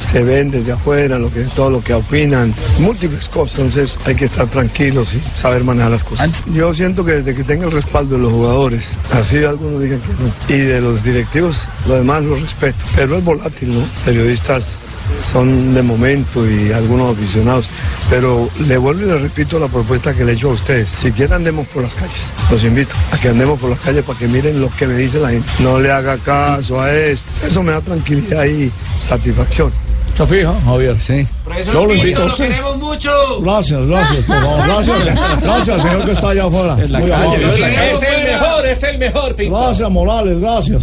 S18: se ven desde afuera, lo que, todo lo que opinan, múltiples cosas. Entonces hay que estar tranquilos y saber manejar las cosas. Yo siento que desde que tenga el respaldo de los jugadores, así algunos digan que no, y de los directivos, lo demás lo respeto. Pero es volátil, ¿no? Periodistas son de momento y algunos aficionados. Pero le vuelvo y le repito la propuesta que le he hecho a ustedes. Si quieren andemos por las calles, los invito a que andemos por las calles para que miren lo que me dice la gente. No le haga caso a esto. Eso me da tranquilidad y satisfacción.
S4: ¿Se fija, Javier?
S2: Sí.
S4: Yo lo invito a usted.
S17: mucho.
S4: Gracias, gracias, por favor. Gracias, gracias, señor que está allá afuera. Muy amable.
S17: Es el mejor, es el mejor, Pinto.
S4: Gracias, Morales, gracias.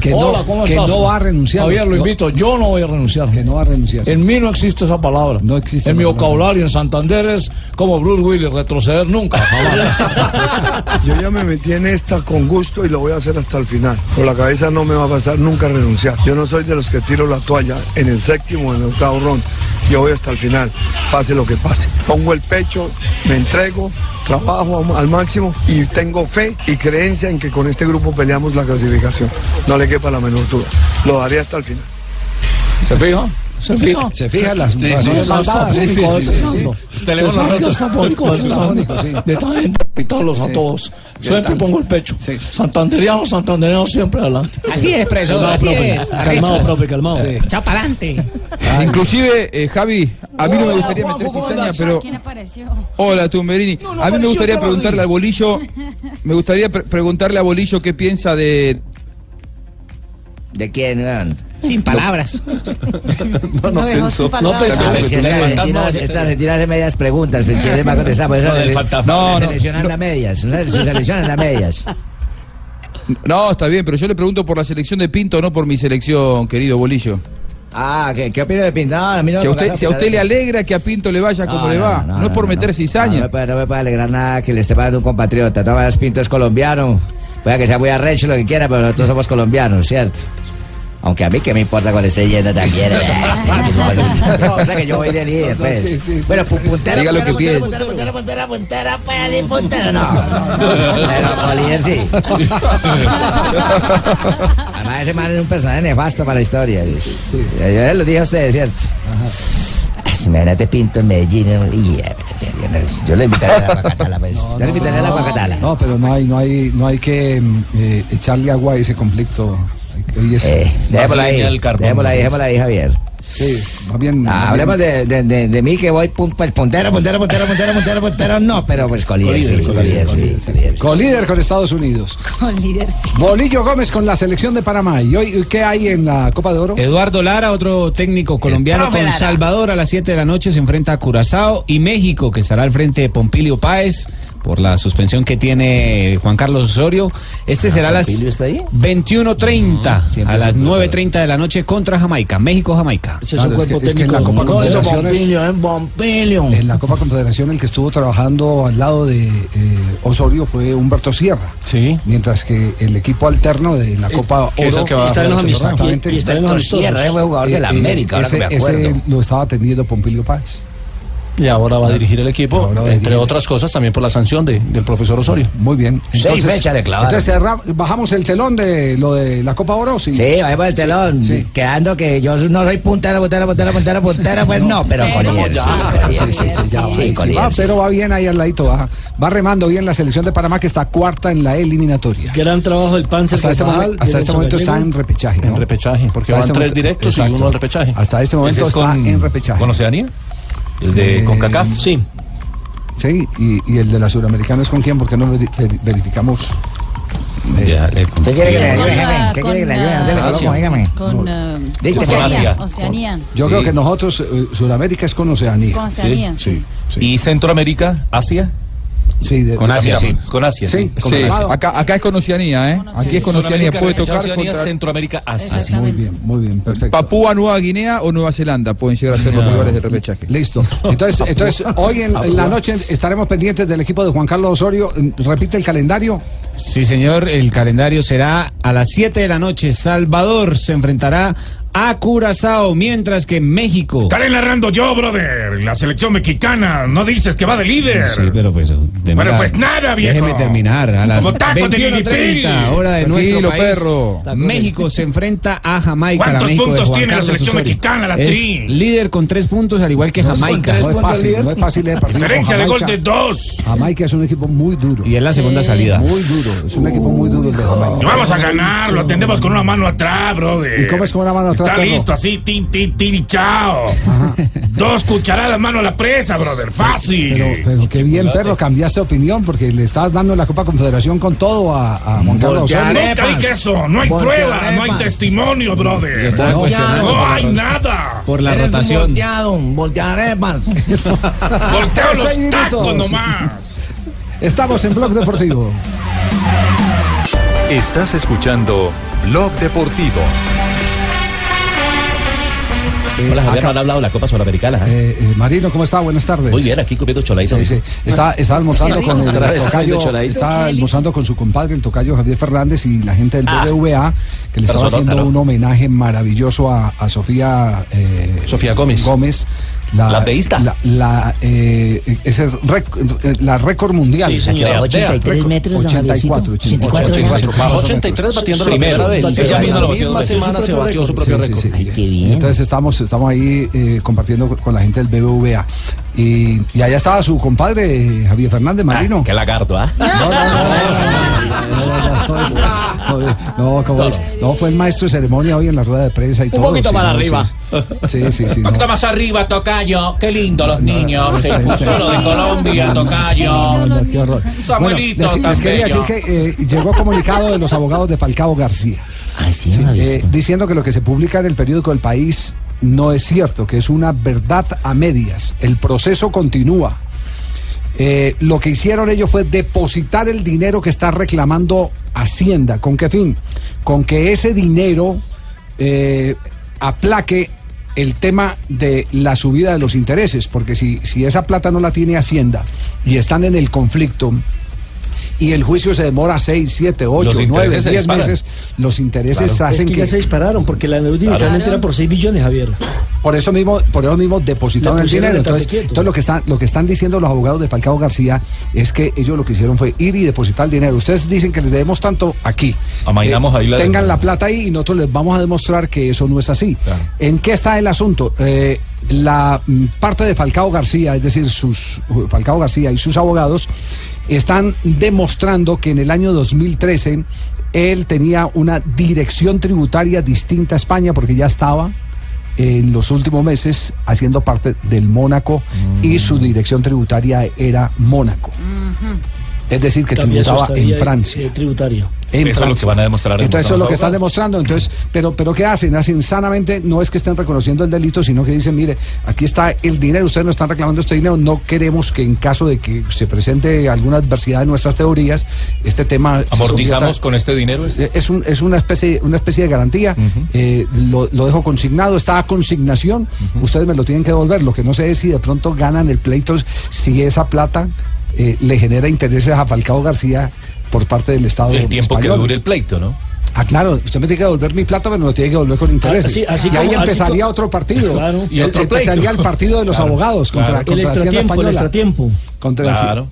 S2: Que no-
S4: Hola, ¿cómo
S2: que
S4: estás?
S2: no va a renunciar.
S4: Javier, lo
S2: No-
S4: invito, yo no voy a renunciar. Que
S2: no va a renunciar.
S4: En mí no existe esa palabra. No existe. En mi vocabulario en Santander es como Bruce Willis, retroceder nunca. jamás.
S18: Yo ya me metí en esta con gusto y lo voy a hacer hasta el final. Por la cabeza no me va a pasar nunca renunciar. Yo no soy de los que tiro la toalla en el séptimo o en el octavo round. Yo voy hasta el final, pase lo que pase. Pongo el pecho, me entrego, trabajo am- al máximo y tengo fe y creencia en que con este grupo peleamos la clasificación. No le quepa la menor duda. Lo daré hasta el final.
S4: ¿Se fija? ¿Se fija?
S2: Se fija las-
S4: Sí,
S2: las
S4: sí,
S2: cosas
S4: son
S2: malvadas, sí,
S4: afónicos,
S2: sí, sí,
S4: esos
S2: sí.
S4: son-
S2: Teléfono
S4: son
S2: roto.
S4: afónicos, esos son-
S2: Afónicos, sí.
S4: De esta gente, pitarlos a
S2: Sí.
S4: todos.
S2: De
S4: Siempre
S2: tanto.
S4: pongo el pecho. Santanderianos, santanderianos, siempre adelante.
S17: Así es, profesor,
S4: Calmado,
S17: así
S4: profe.
S17: es.
S4: Calmado,
S17: Arrecho.
S4: profe, calmado.
S17: Sí. Chao pa'lante.
S19: Inclusive, eh, Javi, a mí no me
S17: Hola,
S19: gustaría
S17: Juanjo,
S19: meter
S17: ¿cómo
S19: cizaña,
S17: andas?
S19: pero...
S20: ¿Quién apareció?
S19: Hola, Tumberini. a
S20: No, no
S19: mí me
S20: apareció
S19: gustaría
S20: Carolina.
S19: preguntarle al Bolillo, me gustaría pre- preguntarle a Bolillo qué piensa de...
S5: ¿De quién, weón?
S17: Sin palabras.
S5: No,
S17: no dejó sin palabras.
S5: No, pero si esta Argentina, esta Argentina hace medias preguntas, pues, pero ¿quién le va a contestar? Por eso
S19: No, del
S5: se-
S19: fantasma. No,
S5: la
S19: no,
S5: selección anda a medias. la- Su selección anda a medias.
S19: No, está bien, pero yo le pregunto por la selección de Pinto, no por mi selección, querido Bolillo.
S5: Ah, ¿qué, qué opina de Pintado? mí no
S19: si a
S5: me
S19: usted,
S5: pasa
S19: si a usted le
S5: nada.
S19: alegra que a Pinto le vaya como le
S5: no,
S19: va, no,
S5: no,
S19: es por
S5: no,
S19: meter
S5: No
S19: cizaña.
S5: me, puede, no me puede alegrar nada que le esté pagando un compatriota. Todas las pintos colombiano. Puede que sea muy arrecho lo que quiera, pero nosotros somos colombianos, ¿cierto? Aunque a mí que me importa cuando esté yendo también. eh, sí, que no, no importa que yo voy de líder,
S21: No, sí,
S5: pues. Bueno, pu- puntero,
S19: Diga lo
S5: puntero,
S19: que
S5: puntero, puntero, puntero, puntero, puntero, puntero, no, no, no. Pero como líder sí. Además, ese man es un personaje nefasto para la historia. Yo les lo dije a ustedes, ¿cierto? Ay, si me gana te pinto en Medellín. ¿no? Y, eh, Yo le invitaré a la guacatala, pues. Yo le invitaré a la guacatala.
S2: No, pero no hay, no hay, no hay que mm, eh, echarle agua a ese conflicto. Hoy es-
S5: Eh, dejémosla ahí, dejémosla ahí, dejémosla ahí, Javier.
S2: Sí, más bien.
S5: Ah,
S2: más bien-
S5: hablemos de, de, de, de mí que voy pum, pues, puntero, puntero, puntero, puntero, puntero, puntero, no, pero pues con líder, sí, con líder, sí, con líder.
S2: Colíder con Estados Unidos.
S20: Con líder, sí.
S2: Bolillo Gómez con la selección de Panamá. ¿Y hoy qué hay en la Copa de Oro?
S15: Eduardo Lara, otro técnico colombiano
S2: profe
S15: con
S2: Lara.
S15: Salvador a las 7 de la noche se enfrenta a Curazao y México que estará al frente de Pompilio Páez por la suspensión que tiene Juan Carlos Osorio.
S2: Ah,
S15: Este será a las
S5: ¿Pompilio Ah, está ahí?
S2: Mm,
S15: 21:30 a
S5: siempre
S15: las
S5: se-
S15: 9:30 de la noche contra Jamaica, México Jamaica.
S2: Ese
S5: Este
S2: es un Claro, es cuerpo que- es que en la técnico. Copa Confederaciones-
S5: ¿eh?
S2: En la Copa Confederación el que estuvo trabajando al lado de eh, Osorio fue Humberto Sierra. Sí. Mientras que el equipo alterno de la Copa
S5: Eh, que es el
S2: Oro
S5: que va a Está en los jugar ese torneo. amistosos.
S2: Exactamente. Eh,
S5: Y está en los Humberto Sierra, amistosos. es jugador de la América, ahora
S2: ese,
S5: que me acuerdo.
S2: ese lo estaba atendiendo Pompilio Páez.
S3: Y ahora va a dirigir el equipo, entre otras cosas, también por la sanción de- del profesor Osorio.
S2: Muy bien.
S3: Seis fechas de clavaron.
S2: entonces cerra- bajamos el telón de lo de la Copa Oro, sí.
S5: Sí, ahí va el telón, quedando que yo no soy puntero, puntero, puntero, puntero, puntero, pues no, pero con líder, sí, con líder, sí, sí,
S2: Ya va,
S5: sí,
S2: sí,
S5: con
S2: va,
S5: líder, sí.
S2: pero va bien ahí al ladito, va, va remando bien la selección de Panamá que está cuarta en la eliminatoria.
S9: Gran trabajo del Panzer.
S2: Hasta este,
S9: Carvajal,
S2: momen-
S9: de
S2: hasta este
S9: Nelson
S2: momento está
S9: Gallego.
S2: en repechaje. ¿no?
S3: En repechaje, porque
S2: Hasta
S3: van
S2: este
S3: tres
S2: momento-
S3: directos y
S2: exacto.
S3: uno al repechaje.
S2: Hasta este momento
S3: Ese es
S2: está
S3: con-
S2: en repechaje.
S3: ¿Con Oceanía?
S2: ¿El de
S3: CONCACAF?
S9: Sí.
S2: Sí, y, y el de la Suramericana es con quién, porque no veri- veri- verificamos.
S15: Ya, le
S2: ¿Usted
S5: quiere que le ayude, jefe? ¿Usted quiere que le ayude? ¿Dónde le coloco? Dígame.
S16: eh, Con, eh,
S5: Dígame.
S16: Oceanía.
S5: Oceanía.
S16: Oceanía.
S2: Yo creo que nosotros, eh, Sudamérica es con Oceanía.
S16: Con Oceanía, Sí, sí.
S2: ¿Y Centroamérica, Asia? Sí, de-
S19: Con Asia, sí.
S20: Con Asia, sí.
S19: Sí,
S20: Con
S19: sí.
S20: Asia.
S19: Acá, acá es con Oceanía, ¿eh? Aquí es con Oceanía.
S20: Sudamérica,
S19: Puede
S20: ya
S19: tocar
S20: Oceanía,
S19: contra-
S20: Centroamérica, Asia.
S2: Muy bien, muy bien, perfecto.
S19: Papúa Nueva Guinea o Nueva Zelanda pueden llegar a ser los lugares de repechaje.
S2: Listo. Entonces, entonces hoy en, en la noche estaremos pendientes del equipo de Juan Carlos Osorio. Repite el calendario.
S15: Sí, señor, el calendario será a las 7 de la noche. Salvador se enfrentará a Curazao, mientras que México.
S1: Estaré narrando yo, brother. La selección mexicana. No dices que va de líder.
S15: Sí, pero pues. de
S1: Pero
S15: verdad,
S1: pues nada, viejo.
S15: Déjeme terminar. A las
S1: Como tacos de
S15: 21.30,
S1: guiripil.
S15: hora de
S1: Tranquilo,
S15: nuestro país.
S1: perro. Tacos de-
S15: México se enfrenta a Jamaica.
S1: ¿Cuántos
S15: la México de
S1: puntos
S15: Juan
S1: tiene la
S15: Carlos
S1: selección
S15: Osorio.
S1: mexicana, la
S15: Es
S1: Tri?
S15: Líder con tres puntos, al igual que
S2: No es con
S15: Jamaica.
S2: tres No es puntos, fácil, líder. no es fácil de partido con Diferencia de gol Jamaica. de
S1: dos.
S2: Jamaica es un equipo muy duro.
S15: Y es la segunda
S2: Sí.
S15: salida.
S2: Muy duro. Es un equipo muy duro el de Jamaica.
S1: Y vamos a ganar, lo atendemos con una mano atrás, brother.
S2: ¿Y cómo es con una mano atrás,
S1: Está
S2: perro?
S1: listo, así, tin, tin, tin y chao. Dos cucharadas mano a la presa, brother. Fácil.
S2: Pero, pero qué bien, perro, cambiaste de opinión porque le estabas dando la Copa Confederación con todo a, a Juan Carlos Osorio.
S1: Nunca dije eso, no hay pruebas, no hay testimonio, brother.
S2: Le estaba
S1: No,
S2: cuestionando
S1: no
S2: por
S1: hay
S2: la-
S1: nada.
S15: por la
S1: Eres un
S15: rotación.
S1: volteado, un
S7: Voltearepas.
S1: Volteo
S2: Seis
S1: los
S2: minutos.
S1: tacos nomás.
S2: Estamos en Blog Deportivo.
S14: Estás escuchando Blog Deportivo.
S20: Hola, Javier,
S2: Eh, acá-
S20: no han hablado de la Copa Sudamericana. ¿eh?
S2: Eh, eh, Marino, ¿cómo está? Buenas tardes.
S20: Muy bien, aquí comiendo choladito.
S2: Sí, sí. Está, está almorzando
S20: Qué
S2: con
S20: rico.
S2: el
S20: Otra vez
S2: tocayo,
S20: comiendo choladito.
S2: está almorzando con su compadre, el tocayo Javier Fernández y la gente del
S20: Ah.
S2: BBVA, que le estaba
S20: Personota,
S2: haciendo
S20: ¿no?
S2: un homenaje maravilloso a, a Sofía, eh,
S20: Sofía Gómez.
S2: Gómez.
S20: La ateísta.
S2: La, la, eh, ese es réc- eh, la récord mundial.
S20: Sí, señor.
S2: Récord-
S20: 83 metros, don
S2: 84.
S20: 84, 83 batiendo la primera vez. Ella misma lo batió dos veces. Su propio récord. Sí, sí, sí.
S2: Ay, qué bien. Entonces estamos, estamos ahí eh, compartiendo con- con la gente del BBVA. Y, y allá estaba su compadre, eh, Javier Fernández Marino.
S20: Qué lagarto, ¿ah?
S2: Joder, No, ¿cómo es? No, fue el maestro de ceremonia hoy en la rueda de prensa y todo. sí, no, sí, Sí, sí, sí.
S20: Un poquito más arriba, Tocayo. Qué lindo los
S2: Ah,
S20: niños. El futuro de Colombia, Tocayo.
S2: No, qué horror.
S20: Samuelito,
S2: les, les
S20: tan
S2: quería decir
S20: bello.
S2: que eh, llegó comunicado de los abogados de Palcao García.
S5: Ah, no
S2: Sí,
S5: lo he
S2: eh,
S5: visto.
S2: diciendo que lo que se publica en el periódico El País no es cierto, que es una verdad a medias. El proceso continúa. Eh, lo que hicieron ellos fue depositar el dinero que está reclamando Hacienda. ¿Con qué fin? Con que ese dinero eh, aplaque el tema de la subida de los intereses, porque si, si esa plata no la tiene Hacienda y están en el conflicto y el juicio se demora 6, 7, 8,
S9: Los
S2: 9,
S9: intereses se
S2: 10
S9: disparan.
S2: meses, los intereses
S9: Claro.
S2: hacen
S9: Es que ya se dispararon porque la deuda inicialmente
S2: Claro.
S9: era por 6 billones, Javier.
S2: por eso mismo, por eso mismo depositaron
S9: La
S2: el
S9: pusieron
S2: dinero.
S9: en
S2: Entonces,
S9: tapete quieto.
S2: entonces lo que están, lo que están diciendo los abogados de Falcao García es que ellos lo que hicieron fue ir y depositar el dinero. Ustedes dicen que les debemos tanto aquí. Eh,
S20: Amainamos ahí la
S2: tengan
S20: deuda.
S2: la plata ahí y nosotros les vamos a demostrar que eso no es así. ¿En qué está el asunto? Eh, la mm, parte de Falcao García, es decir, sus eh, Falcao García y sus abogados están demostrando que en el año 2013 él tenía una dirección tributaria distinta a España porque ya estaba en los últimos meses haciendo parte del Mónaco
S9: Mm.
S2: y su dirección tributaria era Mónaco. Es decir, que
S9: También eso
S2: tributaba en
S9: estaría,
S2: Francia.
S9: eh, tributario.
S2: En Francia. Entonces eso es lo que están
S9: Ahora,
S2: demostrando. Entonces, pero, pero ¿qué hacen? Hacen sanamente, no es que estén reconociendo el delito, sino que dicen, mire, aquí está el dinero, ustedes no están reclamando este dinero, no queremos que en caso de que se presente alguna adversidad de nuestras teorías, este tema se
S20: Amortizamos
S2: someta-
S20: con este dinero.
S2: eh, es, un- es una especie una especie de garantía eh, lo, lo dejo consignado está a consignación ustedes me lo tienen que devolver lo que no sé es si de pronto ganan el pleito si esa plata eh, le genera intereses a Falcao García por parte del Estado
S20: El tiempo que
S2: español.
S20: dure el pleito, ¿no?
S2: Ah, claro, usted me tiene que devolver mi plata, pero me lo tiene que devolver con intereses.
S20: Ah, así- así
S2: y
S20: como-
S2: ahí
S20: así
S2: empezaría
S20: como-
S2: otro partido.
S20: Claro. Y
S2: Eh,
S20: otro
S2: empezaría
S20: pleito.
S2: el partido de los
S20: Claro,
S2: abogados contra,
S20: claro. El
S2: contra Hacienda
S20: extratiempo, el
S2: Española.
S20: extratiempo.
S2: Contra la-
S20: Claro.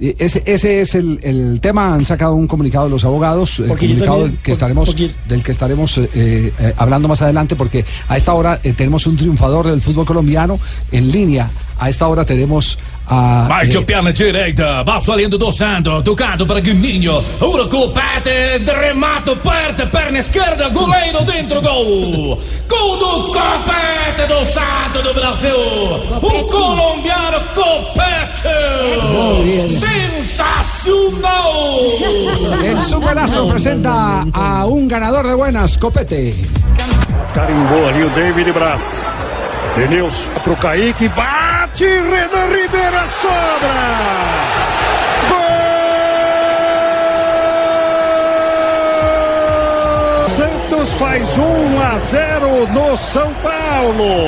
S2: Eh, Ese, ese es el, el tema. Han sacado un comunicado de los abogados, el
S9: Porque yo
S2: comunicado
S9: también-
S2: que estaremos, del que estaremos eh, eh, hablando más adelante, porque a esta hora eh, tenemos un triunfador del fútbol colombiano en línea. A esta hora tenemos a.
S1: Vai de
S2: eh,
S1: perna direita, balso alendo do Santo, tocado para Guninho, ouro com o pate, de remato, parte, perna esquerda, goleiro dentro, gol! Gol do Copete do Santo do Brasil! O colombiano Copete! Sensacional!
S2: El superazo presenta a un ganador de buenas, Copete.
S22: Carimbou ali o David Braz. Denilson pro Kaique. Bate, Renan Ribeira sobra! Gol! Santos faz 1 a 0 no São Paulo.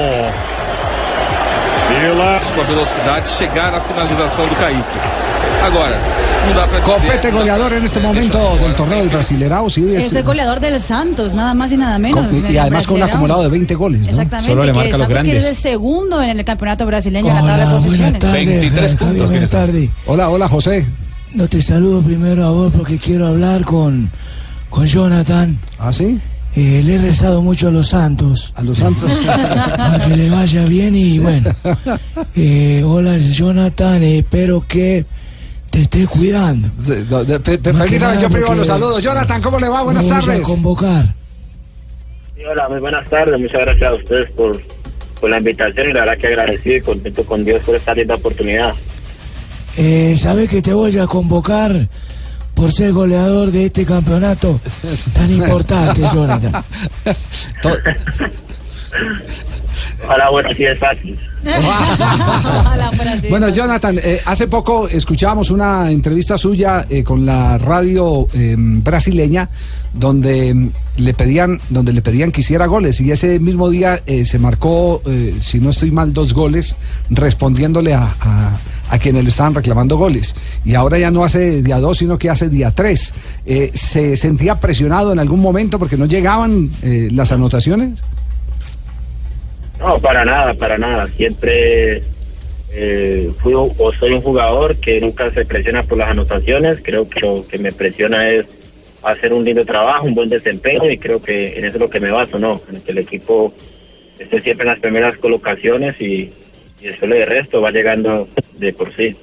S23: Pelas com a velocidade chegar na finalização do Kaique. Agora, não dá pra dizer.
S2: Copete goleador en este momento del torneo del Brasilerao. Sí, es-
S16: Es el goleador del Santos, nada más y nada menos.
S2: con-
S16: en
S2: y
S16: el
S2: además con un
S16: Brasileirão.
S2: acumulado de 20 goles. ¿no?
S16: Exactamente, que Santos quiere ser segundo en el campeonato brasileño en la tabla de
S6: Hola, buenas
S16: posiciones.
S6: tardes. Javier, Buenas tardes.
S2: Hola, hola, José.
S6: No te saludo primero a vos porque quiero hablar con, con Jonathan. Eh,
S2: ¿Ah, sí?
S6: le he rezado mucho a los santos.
S2: A los santos.
S6: Para que le vaya bien y bueno. Eh, hola, Jonathan. eh, espero que te estés cuidando. Más que
S2: Permítame,
S6: nada
S2: yo primero
S6: porque
S2: los saludos. Jonathan, ¿cómo le va? Buenas
S6: me voy a
S2: tardes.
S6: convocar.
S24: Sí, Hola, muy buenas tardes. Muchas gracias a ustedes por, por la invitación y la verdad que agradecido y contento con Dios por esta linda oportunidad.
S6: Eh, ¿Sabes que te voy a convocar por ser goleador de este campeonato tan importante, Jonathan?
S24: Hola, bueno, sí es fácil.
S2: Bueno, Jonathan, eh, hace poco escuchábamos una entrevista suya eh, con la radio eh, brasileña donde mm, le pedían donde le pedían que hiciera goles y ese mismo día eh, se marcó, eh, si no estoy mal, dos goles respondiéndole a, a- a quienes le estaban reclamando goles. Y ahora ya no hace día dos, sino que hace día tres. Eh, ¿Se sentía presionado en algún momento porque no llegaban eh, las anotaciones?
S24: No, para nada, para nada. Siempre eh, fui o o soy un jugador que nunca se presiona por las anotaciones. Creo que lo que me presiona es hacer un lindo trabajo, un buen desempeño y creo que en eso es lo que me baso, ¿no? En que el equipo esté siempre en las primeras colocaciones y, y después lo de resto va llegando de por sí.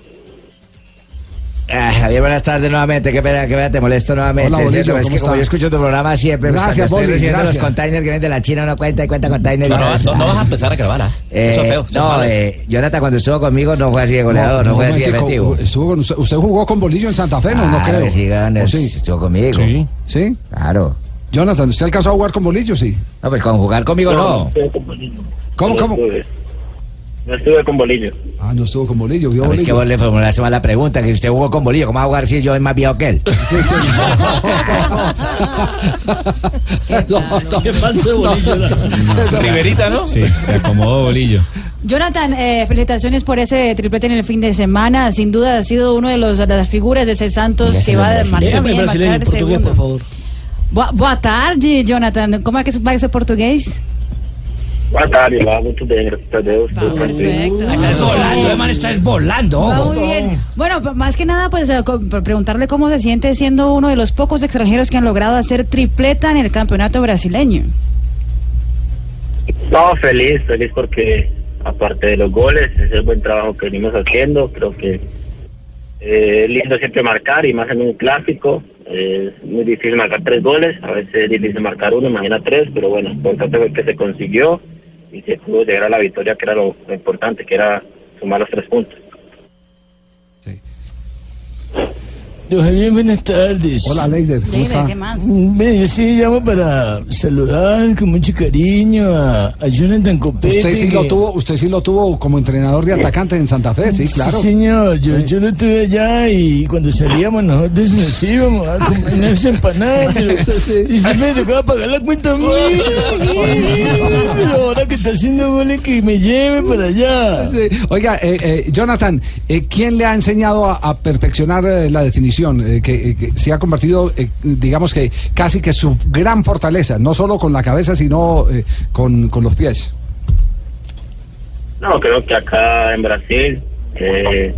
S5: Ah, Javier, buenas tardes nuevamente. Qué pena, qué pena, te molesto nuevamente.
S24: Hola,
S5: Es
S24: Bolillo,
S5: cierto, es
S24: ¿cómo
S5: que como
S24: está?
S5: yo escucho tu programa siempre, pues,
S24: Gracias,
S5: cuando estoy
S24: Boli,
S5: recibiendo
S24: gracias.
S5: los containers que vienen de la China, uno cuenta y cuenta containers.
S25: No,
S5: y
S25: no,
S5: otra vez,
S25: no, no
S5: ah.
S25: vas a empezar a grabar, ¿ah?
S5: Eh,
S25: Eso es feo, eso es
S5: no,
S25: malo.
S5: eh, Jonathan, cuando estuvo conmigo no fue así de goleador, no, fue así de
S2: momentico,
S5: efectivo.
S2: estuvo con usted, usted jugó con Bolillo en Santa Fe, no, no
S5: Ah,
S2: creo.
S5: que sí, Gunner,
S2: ¿O sí?
S5: estuvo conmigo.
S2: Sí. ¿Sí?
S5: Claro.
S2: Jonathan, ¿usted alcanzó a jugar con Bolillo, sí?
S5: No, pues con jugar conmigo no.
S2: ¿Cómo, cómo?
S24: No estuve con Bolillo.
S2: Ah, no estuvo con Bolillo, vio
S5: No, es
S2: Bolillo.
S5: que vos le formulaste mal la pregunta, que usted jugó con Bolillo, ¿cómo va a jugar si yo soy más viejo que él?
S9: Qué falso de bolillo.
S23: né?
S15: Riverita, ¿no? Sí, se acomodó bolillo.
S16: Jonathan, eh, felicitaciones por ese triplete en el fin de semana. Sin duda ha sido uno de los de las figuras de ese Santos que va a marchar bien, marchar segundo.
S9: favor.
S16: Boa, boa tarde, Jonathan. Como é que vai ser português?
S24: Boa tarde, lá, muito bem, graças a Deus. tudo tranquilo.
S7: Estás volando, hermano, estás volando.
S16: Va
S7: ojo.
S16: muy bien. Bueno, p- más que nada, pues eh, co- por preguntarle cómo se siente siendo uno de los pocos extranjeros que han logrado hacer tripleta en el campeonato brasileño.
S24: No, feliz, feliz porque aparte de los goles, es el buen trabajo que venimos haciendo, creo que eh, es lindo siempre marcar y más en un clásico, eh, es muy difícil marcar tres goles, a veces es difícil marcar uno, imagina tres, pero bueno, lo importante fue que se consiguió y se pudo llegar a la victoria que era lo, lo importante, que era sumar los tres puntos.
S6: Don Javier, buenas tardes.
S2: Hola, Leider, ¿cómo Leider, está? ¿qué
S16: más?
S6: Bien, yo sí llamo para saludar con mucho cariño a, a Jonathan Copete.
S2: Usted sí lo
S6: que-
S2: tuvo, usted sí lo tuvo como entrenador de atacantes en Santa Fe, sí, claro.
S6: Sí, señor, yo, yo lo tuve allá y cuando salíamos nosotros nos íbamos a comer unas empanadas pero- y siempre me tocaba pagar la cuenta a mí. Pero ahora que está haciendo goles que me lleve para allá.
S2: Sí. Oiga, eh, eh, Jonathan, eh, ¿quién le ha enseñado a, a perfeccionar eh, la definición? Eh, que, eh, que se ha convertido, eh, digamos que casi que su gran fortaleza, no solo con la cabeza, sino eh, con, con los pies.
S24: No, creo que acá en Brasil, eh,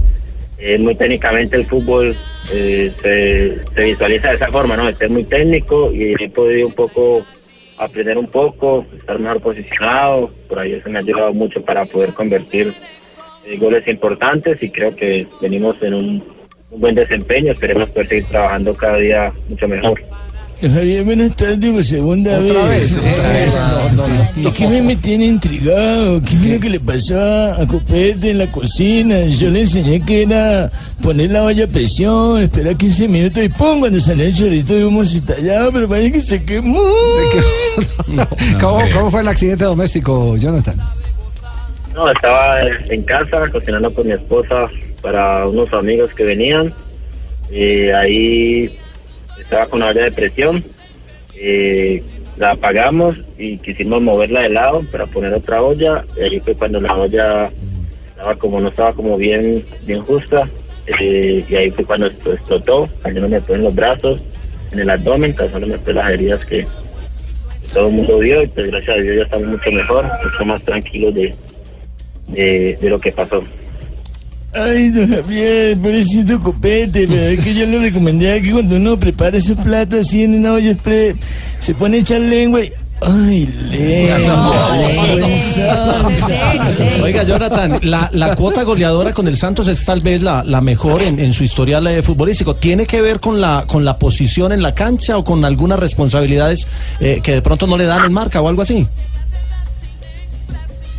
S24: eh, muy técnicamente el fútbol eh, se, se visualiza de esa forma, ¿no? De ser muy técnico y he podido un poco aprender un poco, estar mejor posicionado, por ahí eso me ha ayudado mucho para poder convertir eh, goles importantes y creo que venimos en un, un buen desempeño. Esperemos poder seguir trabajando cada día mucho mejor.
S6: Javier, buenas tardes por segunda
S24: Otra
S6: vez.
S24: vez, otra vez.
S6: Sí. Es que me, me tiene intrigado. ¿Qué es lo que le pasó a a Copete en la cocina? Yo le enseñé que era poner la olla a presión, esperar 15 minutos y ¡pum! Cuando salió el chorrito de humo se estallaba, pero parece que se quemó.
S2: ¿Cómo, cómo fue el accidente doméstico, Jonathan?
S24: No, estaba en casa cocinando con mi esposa para unos amigos que venían. Eh, ahí estaba con una olla de presión. Eh, la apagamos y quisimos moverla de lado para poner otra olla. Y ahí fue cuando la olla estaba como no estaba como bien, bien justa. Eh, y ahí fue cuando esto explotó. Ahí me metió en los brazos, en el abdomen, causándome pues las heridas que todo el mundo vio. Y pues gracias a Dios ya estamos mucho mejor, mucho más tranquilos de, eh, de, de lo que pasó.
S6: Ay, don Javier, pobrecito copete, pero es que yo le recomendaba que cuando uno prepara esos platos así en una olla express, se pone a echar lengua y... Ay, lengua, lengua y salsa.
S3: Oiga, Jonathan, la, la cuota goleadora con el Santos es tal vez la, la mejor en, en su historial eh, futbolístico. ¿Tiene que ver con la, con la posición en la cancha o con algunas responsabilidades eh, que de pronto no le dan en marca o algo así?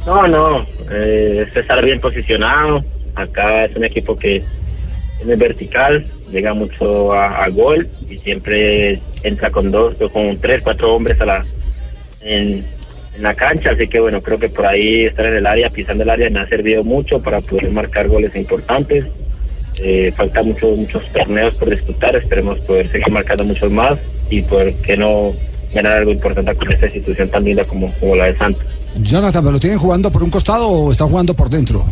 S24: No, no, eh, es estar bien posicionado. Acá es un equipo que es muy vertical, llega mucho a, a gol y siempre entra con dos, o con tres, cuatro hombres a la, en, en la cancha. Así que bueno, creo que por ahí estar en el área, pisando el área, me ha servido mucho para poder marcar goles importantes. Eh, falta mucho, muchos torneos por disputar, esperemos poder seguir marcando muchos más y por qué no ganar algo importante con esta institución tan linda como, como la de Santos.
S2: Jonathan, ¿pero lo tienen jugando por un costado o está jugando por dentro?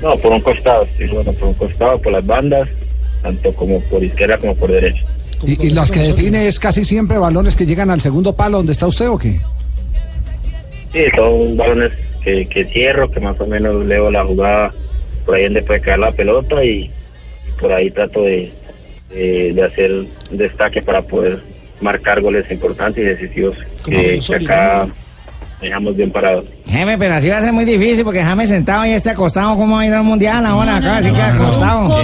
S24: No, por un costado, sí, bueno, por un costado, por las bandas, tanto como por izquierda como por derecha.
S2: ¿Y, y las que define es casi siempre balones que llegan al segundo palo donde está usted o qué?
S24: Sí, son balones que, que cierro, que más o menos leo la jugada por ahí donde puede caer la pelota y, y por ahí trato de, de, de hacer un destaque para poder marcar goles importantes y decisivos que, que acá dejamos bien parados.
S7: Jaime, pero así va a ser muy difícil porque Jaime sentado y este acostado, ¿cómo va a ir al mundial ahora? Acá así que acostado.
S2: Al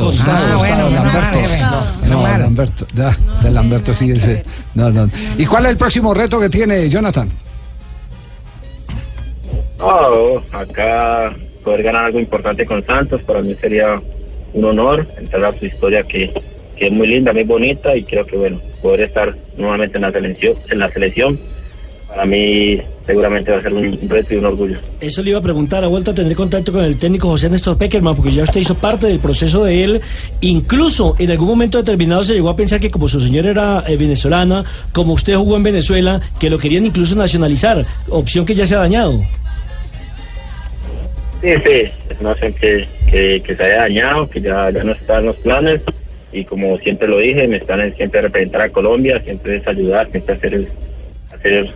S2: costado.
S7: Ah, bueno, menos mal,
S2: Lamberto.
S7: jefe.
S2: No, Lamberto, da, de Lamberto sí, ese. No, no. ¿Y cuál es el próximo reto que tiene Jonathan?
S24: No, Oh, acá poder ganar algo importante con Santos para mí sería un honor entrar a su historia que, que es muy linda, muy bonita y creo que bueno, poder estar nuevamente en la selección, en la selección para mí seguramente va a ser un un reto y un orgullo.
S9: Eso le iba a preguntar, ha vuelto a tener contacto con el técnico José Néstor Peckerman, porque ya usted hizo parte del proceso de él. Incluso en algún momento determinado se llegó a pensar que como su señora era eh, venezolana, como usted jugó en Venezuela, que lo querían incluso nacionalizar, opción que ya se ha dañado.
S24: Sí, sí, es una opción que, que, que se haya dañado, que ya, ya no está en los planes y como siempre lo dije, me están en siempre representar a Colombia, siempre es ayudar, siempre hacer, el- hacer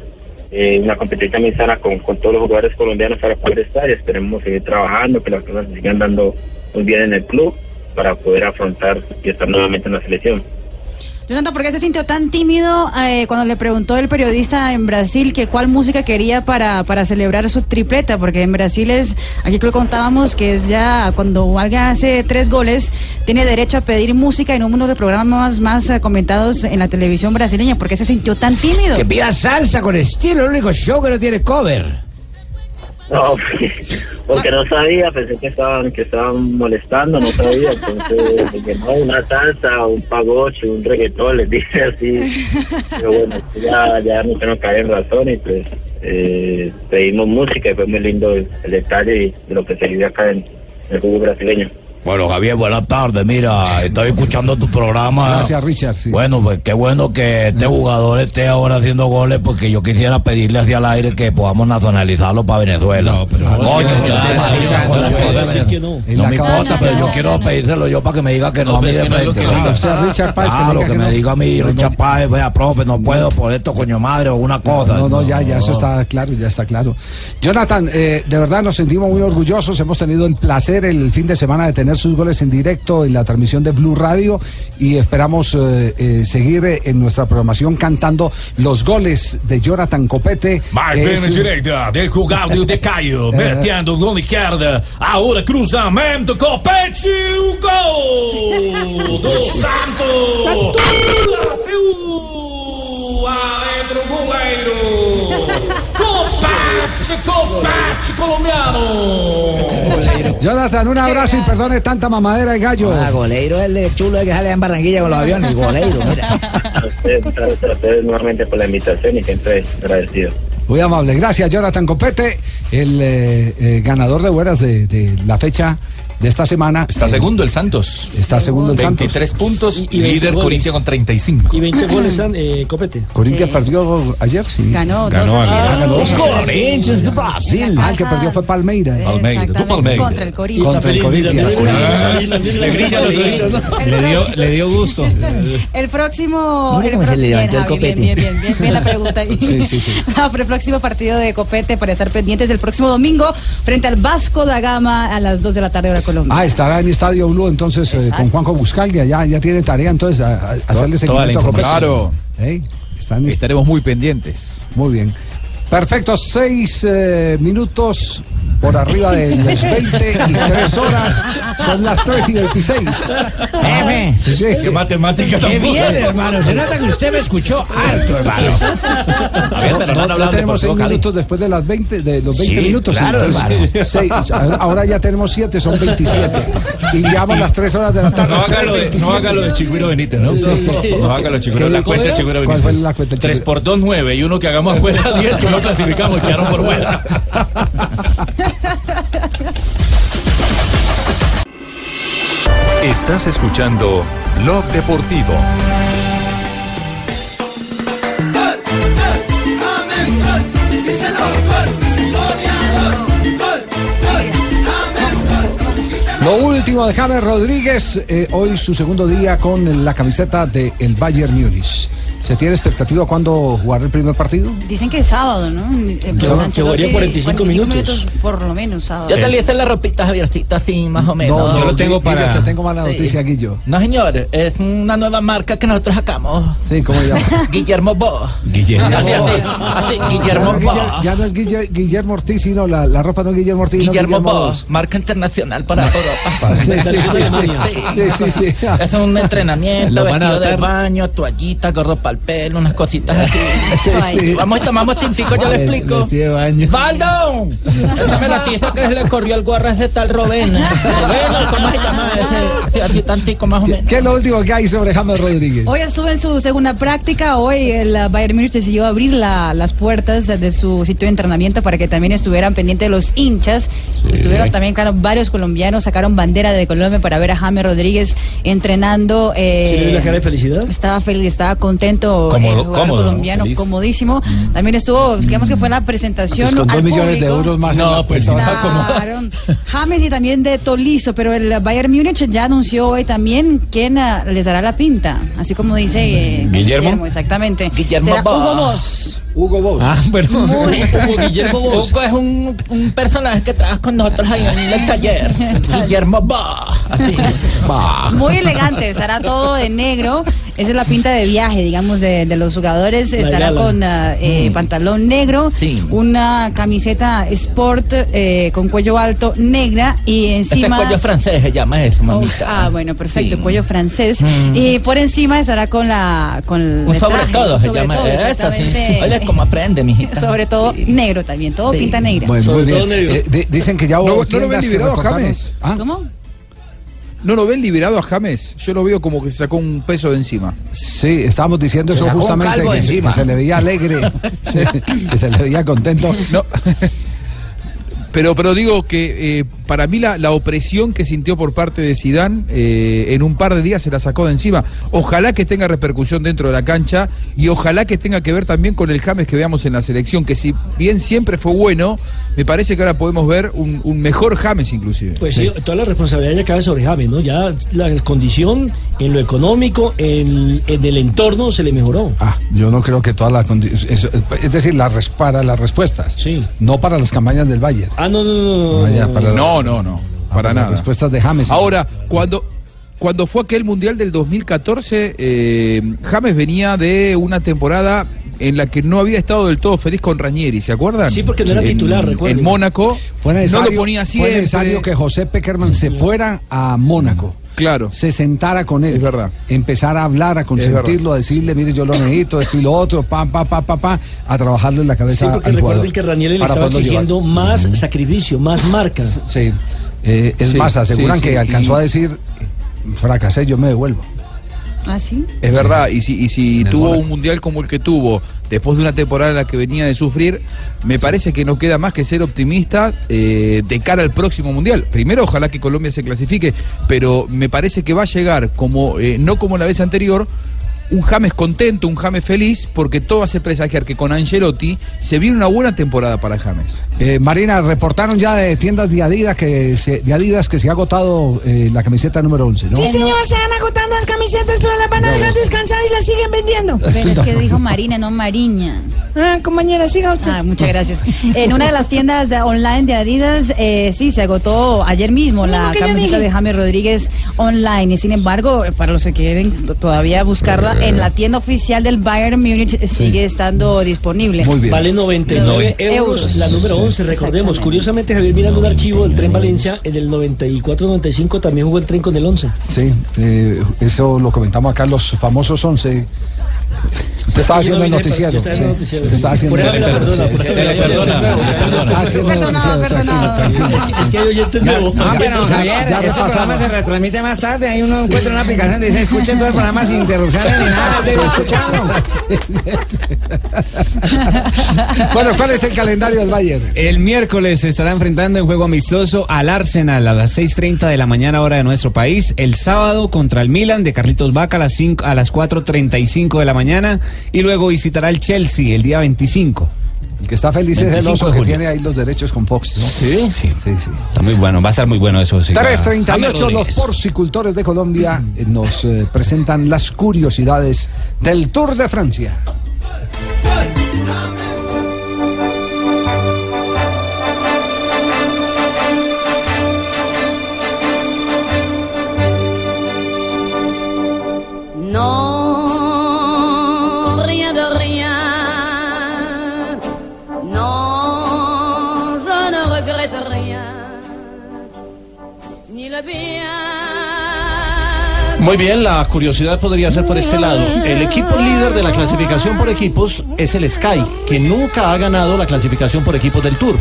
S24: eh, una competencia muy sana con, con todos los jugadores colombianos para poder estar y esperemos seguir trabajando, que las cosas se sigan dando muy bien en el club para poder afrontar y estar nuevamente en la selección.
S16: Jonathan, ¿por qué se sintió tan tímido eh, cuando le preguntó el periodista en Brasil que cuál música quería para, para celebrar su tripleta? Porque en Brasil es, aquí lo contábamos, que es ya cuando alguien hace tres goles, tiene derecho a pedir música en uno de los programas más eh, comentados en la televisión brasileña. ¿Por qué se sintió tan tímido?
S7: Que pida salsa con estilo, el único show que no tiene cover.
S24: No, porque no sabía, pensé que estaban, que estaban molestando, no sabía, entonces dije, no, una salsa, un pagocho, un reggaetón, les dije así, pero bueno, pues ya, ya no tengo que caer en razón y pues eh, pedimos música y fue muy lindo el, el detalle y lo que se vive acá en, en el fútbol brasileño.
S11: Bueno, Javier, buenas tardes. Mira, estoy escuchando tu programa.
S2: Gracias, Richard. sí.
S11: Bueno, pues qué bueno que este jugador esté ahora haciendo goles porque yo quisiera pedirle hacia el aire que podamos nacionalizarlo para Venezuela. No, pero Coño,
S18: no,
S11: ¿qué
S18: no,
S11: te
S18: no,
S11: imaginas
S18: no, no,
S11: con las
S18: no,
S11: cosas
S18: no,
S11: de
S18: no,
S11: Venezuela?
S18: no,
S11: No
S18: no,
S11: me
S18: no,
S11: importa,
S18: no,
S11: pero yo
S18: no,
S11: quiero pedírselo yo para que me diga que no, a mí de frente.
S2: Oiga, usted a Richard Páez, que
S11: Ah,
S2: no
S11: lo
S2: diga
S11: que
S2: que
S11: me
S2: no.
S11: diga a mí, Richard Páez, vea, profe, no puedo por esto, coño madre, o una cosa.
S2: No, no, ya, ya, eso está claro, ya está claro. Jonathan, eh, de verdad nos sentimos muy orgullosos, hemos tenido el placer el fin de semana de tener tener sus goles en directo en la transmisión de Blue Radio y esperamos eh, eh, seguir eh, en nuestra programación cantando los goles de Jonathan Copete.
S1: Vai
S2: que
S1: bem
S2: es
S1: na
S2: un-
S1: direita, derrubou o Galdo de Caio, metendo gol esquerda. Agora cruzamento, copete, o gol do Santos. Brasil, adentro o goleiro. Copete, copete colombiano.
S2: Jonathan, un abrazo y perdone tanta mamadera de gallo.
S5: Ah, goleiro es el de chulo que sale en Barranquilla con los aviones. Goleiro, mira.
S24: A ustedes, a ustedes, a ustedes nuevamente por la invitación y siempre agradecido.
S2: Muy amable, gracias Jonathan Copete, el eh, eh, ganador de buenas de, de la fecha de esta semana.
S19: Está
S2: Eh,
S19: segundo el Santos.
S2: Está segundo el Santos.
S19: 23 puntos,
S2: Y- y 20
S19: líder
S2: goles.
S19: Corinthians con 35.
S9: Y 20 goles, eh, Copete.
S2: Corinthians perdió ayer, sí.
S16: Ganó
S19: Ganó dos a al- cero.
S2: Ah, ganó
S19: Los
S2: dos a cero.
S16: Corinthians
S2: de Brasil. Ah, el que perdió fue ¿eh? Palmeiras.
S16: Palmeiras. Tú Palmeiras. Contra el Corinthians.
S2: Contra el
S16: Está feliz,
S2: Corinthians.
S16: mira,
S2: Ah.
S16: mira, mira, mira, mira.
S2: Le brilla los oídos.
S15: Le dio, le dio gusto.
S16: El próximo.
S15: Mira cómo se
S16: próximo-
S15: le levantó el
S16: Javi,
S15: copete.
S16: Bien, bien, bien, bien la pregunta ahí.
S15: Sí, sí, sí.
S16: Ah, pero el próximo partido de Copete para estar pendientes el próximo domingo frente al Vasco da Gama a las 2 de la tarde hora Colombia.
S2: Ah, estará en Estadio Blue entonces eh, con Juanjo Buscalga, ya, ya tiene tarea entonces a, a- hacerle
S19: Toda la
S2: seguimiento a Copete.
S19: información. Claro.
S2: ¿Eh? Están-
S19: Estaremos muy pendientes.
S2: Muy bien. Perfecto, seis eh, minutos por arriba de las 20 y tres horas. Son las 3 y 26. É,
S7: Jefe.
S1: É
S19: Qué matemática
S7: Qué bien, hermano. Se nota que usted me escuchó harto, hermano.
S19: A ver, pero no han
S2: No,
S19: hablado de
S2: tenemos seis
S19: Deportivo Cali.
S2: minutos después de las 20, de los 20
S19: Sí,
S2: minutos.
S19: claro, hermano.
S2: entonces, seis, ahora ya tenemos 7, son 27. Y llevamos las 3 horas de la tarde.
S19: No haga lo de, no
S2: 3:27.
S19: haga lo de Chigüiro Benítez, ¿no? No haga lo de Chigüiro.
S2: ¿Qué
S19: La
S2: dijo,
S19: cuenta de
S2: era?
S19: Chigüiro
S2: ¿Cuál
S19: Benítez.
S2: fue la cuenta de
S19: 3 por 2, 9. Y uno que hagamos fuera 10 que no clasificamos, quedaron por fuera.
S14: Estás escuchando Blog Deportivo.
S2: Lo último de James Rodríguez, eh, hoy su segundo día con la camiseta del el Bayern Múnich. ¿Se tiene expectativa cuándo jugará el primer partido?
S16: Dicen que es sábado, ¿no? Eh, pues
S2: Sábado.
S16: Ancelotti,
S2: Llevaría 45 minutos.
S16: Por lo menos sábado.
S8: Yo te lié la ropita, Javiercito, así más o menos.
S2: Gui- Guillo, te tengo mala noticia, Guillo.
S8: No, señor, es una nueva marca que nosotros sacamos.
S2: Sí, ¿cómo se llama?
S8: Guillermo Bo.
S2: Guillermo
S8: Así, así,
S2: Bo.
S8: así,
S2: Ya
S8: Guillermo
S2: no es
S8: Bo.
S2: Guille- Ya no es Guille- Guillermo Ortiz, sino la, la ropa no es Guillermo Ortiz.
S8: Guillermo
S2: no
S8: Bo, marca internacional para Europa.
S2: Sí, sí, sí, sí, sí, sí, sí.
S8: Es un entrenamiento,
S2: Lo van a
S8: vestido de
S2: adoptar.
S8: baño, toallita, gorro para el pelo, unas cositas así.
S2: sí.
S8: Vamos y tomamos tintico, yo le
S2: Vale,
S8: explico.
S2: vestido
S8: ¡Valdo! Échame la tiza que le corrió el guarro a ese tal Robén. Robén, ¿cómo se llama ese? ese argitantico más o menos.
S2: ¿Qué es lo último que hay sobre James Rodríguez?
S16: Hoy estuvo en su segunda práctica. Hoy el eh, Bayern Múnich decidió abrir la- las puertas de su sitio de entrenamiento para que también estuvieran pendientes los hinchas. Estuvieron también, claro, varios colombianos sacaron bandera de Colombia para ver a James Rodríguez entrenando. eh,
S9: ¿Se le ve la cara de felicidad?
S16: Estaba feliz, estaba contento
S9: Cómodo,
S16: el jugador
S9: cómodo,
S16: colombiano,
S9: feliz. Mm. Ah,
S16: comodísimo. También estuvo, digamos que fue la presentación
S2: Pues con
S16: al
S2: dos millones de
S16: público.
S2: euros más. en la
S19: pues,
S2: cuenta.
S16: Claro. James y también de Tolizo, pero el Bayern Múnich ya anunció hoy también quién ah, les dará la pinta, así como dice eh,
S19: Guillermo.
S16: exactamente. Será
S8: Bo.
S16: Hugo Boss.
S2: Hugo Boss.
S19: Ah, bueno.
S8: Hugo
S19: Guillermo Boss.
S8: Hugo es un, un personaje que trabaja con nosotros ahí en el taller. Guillermo Bo. Así.
S16: Muy elegante, estará todo de negro. Esa es la pinta de viaje, digamos, de, de los jugadores.
S8: La
S16: estará
S8: gala.
S16: con ah,
S8: Mm.
S16: eh, pantalón negro, una camiseta sport eh, con cuello alto negra y
S8: Este
S16: encima...
S8: cuello francés se llama eso, mamita.
S16: Ah, bueno, perfecto,
S8: Sí.
S16: cuello francés. Y por encima estará con la. Con el
S8: Un sobre
S16: traje,
S8: todo se
S16: sobre
S8: llama
S16: todo,
S8: eso. sí.
S16: exactamente.
S8: Oye, cómo aprende, mijita.
S16: Sobre todo negro también, todo
S8: Sí.
S16: pinta negra.
S2: Bueno, muy bien. Eh, di- dicen que ya hubo
S19: No, no lo
S2: tiendas
S19: ven
S2: que
S19: liberado,
S2: recortaron-
S19: James.
S2: ¿Ah?
S16: ¿Cómo?
S19: ¿No lo ven liberado a James? Yo lo veo como que se sacó un peso de encima.
S2: Sí, estábamos diciendo
S19: Se
S2: eso
S19: sacó un
S2: justamente,
S19: calvo
S2: que,
S19: de
S2: se-
S19: encima.
S2: que se le veía alegre, sí, que se le veía contento.
S19: Pero, pero digo que eh, para mí la, la opresión que sintió por parte de Sidán en un par de días se la sacó de encima. Ojalá que tenga repercusión dentro de la cancha y ojalá que tenga que ver también con el James que veamos en la selección, que si bien siempre fue bueno, me parece que ahora podemos ver un, un mejor James inclusive.
S9: Pues sí, toda la responsabilidad ya cabe sobre James, ¿no? Ya la condición en lo económico, en, en el entorno se le mejoró.
S2: Ah, yo no creo que todas las condiciones. Es decir, las res- para las respuestas. No para las campañas del Valle.
S9: Ah, no, no, no.
S2: No, ya, para-
S19: No,
S2: Ah,
S19: no, no. para
S2: Las
S19: nada.
S2: respuestas de James.
S19: Ahora, cuando, cuando fue aquel Mundial del 2014, eh, James venía de una temporada en la que no había estado del todo feliz con Ranieri, ¿se acuerdan?
S9: Sí, porque no era
S19: En-
S9: titular, recuerden.
S19: En Mónaco
S2: Fue
S19: no
S2: necesario,
S19: lo ponía
S2: fue
S19: siempre.
S2: necesario que José Peckerman se fuera a Mónaco.
S19: Claro.
S2: Se sentara con él. Empezar a hablar, a
S19: Es
S2: consentirlo, a decirle, mire, yo lo necesito, esto y lo otro, pam, pam, pam, pam, pam, a trabajarle en la cabeza
S9: Sí, porque
S2: al
S9: recuerden
S2: jugador
S9: que Raniel le
S2: para
S9: estaba
S2: poderlo
S9: exigiendo más sacrificio, más marca.
S2: Sí. llevar. Es
S9: Sí,
S2: más, aseguran
S19: sí, sí,
S2: que alcanzó
S19: y-
S2: a decir, fracasé, yo me devuelvo.
S16: ¿Ah, sí?
S19: Es verdad, y si, y si
S2: En el
S19: tuvo
S2: Mónaco.
S19: un mundial como el que tuvo, después de una temporada en la que venía de sufrir, me parece que no queda más que ser optimista eh, de cara al próximo mundial. Primero, ojalá que Colombia se clasifique, pero me parece que va a llegar, como eh, no como la vez anterior, un James contento, un James feliz, porque todo hace presagiar que con Angelotti se viene una buena temporada para James.
S2: Eh, Marina, reportaron ya de tiendas de Adidas que se, de Adidas que se ha agotado eh, la camiseta número 11, ¿no?
S12: Sí, señor, se van agotando las camisetas, pero las van a dejar descansar y las siguen vendiendo.
S16: Pero es que dijo Marina, no Mariña.
S12: Ah, compañera, siga usted.
S16: Ah, muchas gracias. En una de las tiendas de- online de Adidas, eh, sí, se agotó ayer mismo la
S12: que yo
S16: camiseta
S12: dije.
S16: de James Rodríguez online. Y sin embargo, eh, para los que quieren t- todavía buscarla, en la tienda oficial del Bayern Múnich sigue estando disponible.
S9: Vale 99
S16: Noven-
S9: euros,
S16: euros.
S9: la número
S16: Sí,
S9: 11, recordemos. Curiosamente, Javier, mirando un archivo del Tren Valencia, en el 94-95 también jugó el Tren con el 11.
S2: Sí, eh, eso lo comentamos acá, los famosos 11. Usted estaba
S9: Yo
S2: haciendo el
S9: no vine,
S2: noticiero.
S9: pero yo estaba en el
S2: sí.
S9: noticiero,
S2: Usted estaba
S9: sí.
S2: haciendo
S7: Ah,
S9: Por eso me la perdona, por eso me la
S2: Estaba haciendo el noticiero, tranquilo, tranquilo.
S9: Es que hay oyentes
S2: Ya,
S9: nuevos.
S2: no,
S5: No, pero
S2: Ya-
S5: Javier,
S2: ya
S5: ese
S2: pasamos.
S5: programa se retransmite más tarde. Ahí uno encuentra una aplicación donde dice escuchen todo el programa sin interrupciones ni nada. te lo escuchamos.
S2: Bueno, ¿cuál es el calendario del Bayern?
S15: El miércoles se estará enfrentando en juego amistoso al Arsenal a las 6.30 de la mañana hora de nuestro país. El sábado contra el Milan de Carlitos Vaca a las, 5 a las 4.35 de la mañana. Y luego visitará el Chelsea el día 25.
S2: El que está feliz es el
S15: 25
S2: oso
S15: de
S2: que
S15: junio.
S2: tiene ahí los derechos con Fox, ¿no?
S15: Sí, sí.
S2: sí, sí.
S15: Está muy bueno, va a estar muy bueno eso. sí.
S2: 338, los porcicultores de Colombia eh, nos eh, presentan las curiosidades del Tour de Francia.
S9: Ah,
S10: Non, rien de rien. Non, je ne regrette rien. Ni le bien.
S3: Muy bien, la curiosidad podría ser por este lado. El equipo líder de la clasificación por equipos es el Sky, que nunca ha ganado la clasificación por equipos del Tour.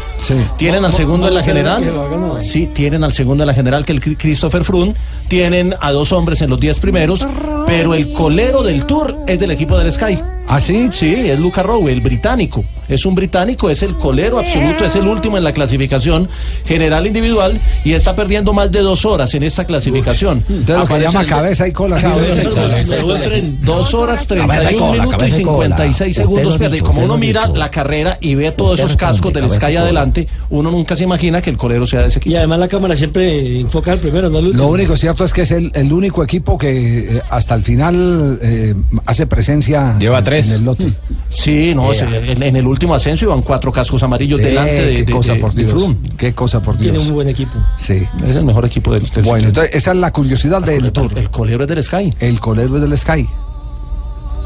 S3: Tienen al
S9: No,
S3: segundo
S9: no,
S3: en la
S9: no sé que
S3: general.
S9: lo ha ganado.
S3: Sí, tienen al segundo en la general, que el Cri- Christopher Froome. Tienen a dos hombres en los diez primeros, pero el colero del Tour es del equipo del Sky.
S2: ¿Ah, sí?
S3: Sí, es Luca Rowe, el británico. Es un británico, es el colero absoluto, es el último en la clasificación general individual y está perdiendo más de dos horas en esta clasificación.
S2: Entonces lo que
S3: Aparece
S2: llama
S3: el-
S2: cabeza y cola.
S3: Cabeza y
S2: ¿sí?
S3: cola, cabeza y cola, sí. Dos horas
S2: Cabeza y
S3: 31
S2: cola,
S3: minutos y
S2: cabeza y cola.
S3: 56
S2: Usted lo
S3: segundos.
S2: ha
S3: pierde. Y
S2: dicho,
S3: como
S2: usted
S3: uno
S2: lo ha
S3: mira
S2: dicho.
S3: la carrera y ve todos
S9: Usted
S3: esos
S9: responde,
S3: cascos del
S9: cabeza y
S3: Sky
S9: cola.
S3: adelante, uno nunca se imagina que el colero sea de ese
S9: Y además la cámara siempre enfoca al primero, no al último.
S2: Lo único cierto es que es el, el único equipo que eh, hasta el final eh, hace presencia. Lleva tres. En el lote.
S3: Sí, no,
S2: Eh,
S3: se- en en el último ascenso iban cuatro cascos amarillos
S2: Eh,
S3: delante de,
S2: qué
S3: de-
S2: cosa
S3: de-
S2: por
S3: de
S2: Dios.
S3: Froome.
S2: Qué cosa por
S3: Tiene
S2: Dios.
S3: muy
S9: buen equipo.
S2: Sí.
S3: Es el mejor equipo del, del
S2: Bueno, entonces esa es la curiosidad del Tour. El
S3: colero es del Sky.
S2: El colero es del Sky.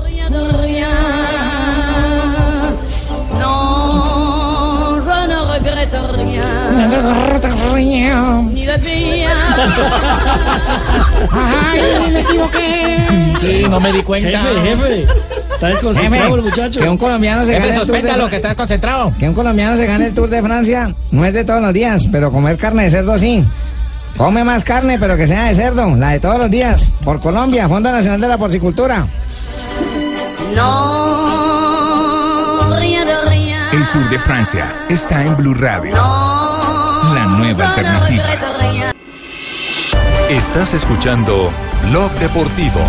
S10: Rien de rien. Non, je ne regrette rien. Ni le bien.
S12: Ay, me equivoqué.
S8: Sí, no me di cuenta.
S9: Jefe, jefe. Está desconcentrado el muchacho.
S5: Que un colombiano se
S8: Jefe,
S5: gane el Tour de
S8: sospecha lo
S5: Fran-
S8: que estás concentrado.
S5: Que un colombiano se gane el Tour de Francia no es de todos los días, pero comer carne de cerdo sí. Come más carne, pero que sea de cerdo, la de todos los días. Por Colombia, Fondo Nacional de la Porcicultura.
S10: Non, rien de rien.
S21: El Tour de Francia está en Blue Radio. La nueva
S10: Je ne
S21: alternativa.
S10: regrette rien.
S14: Estás escuchando Blog Deportivo.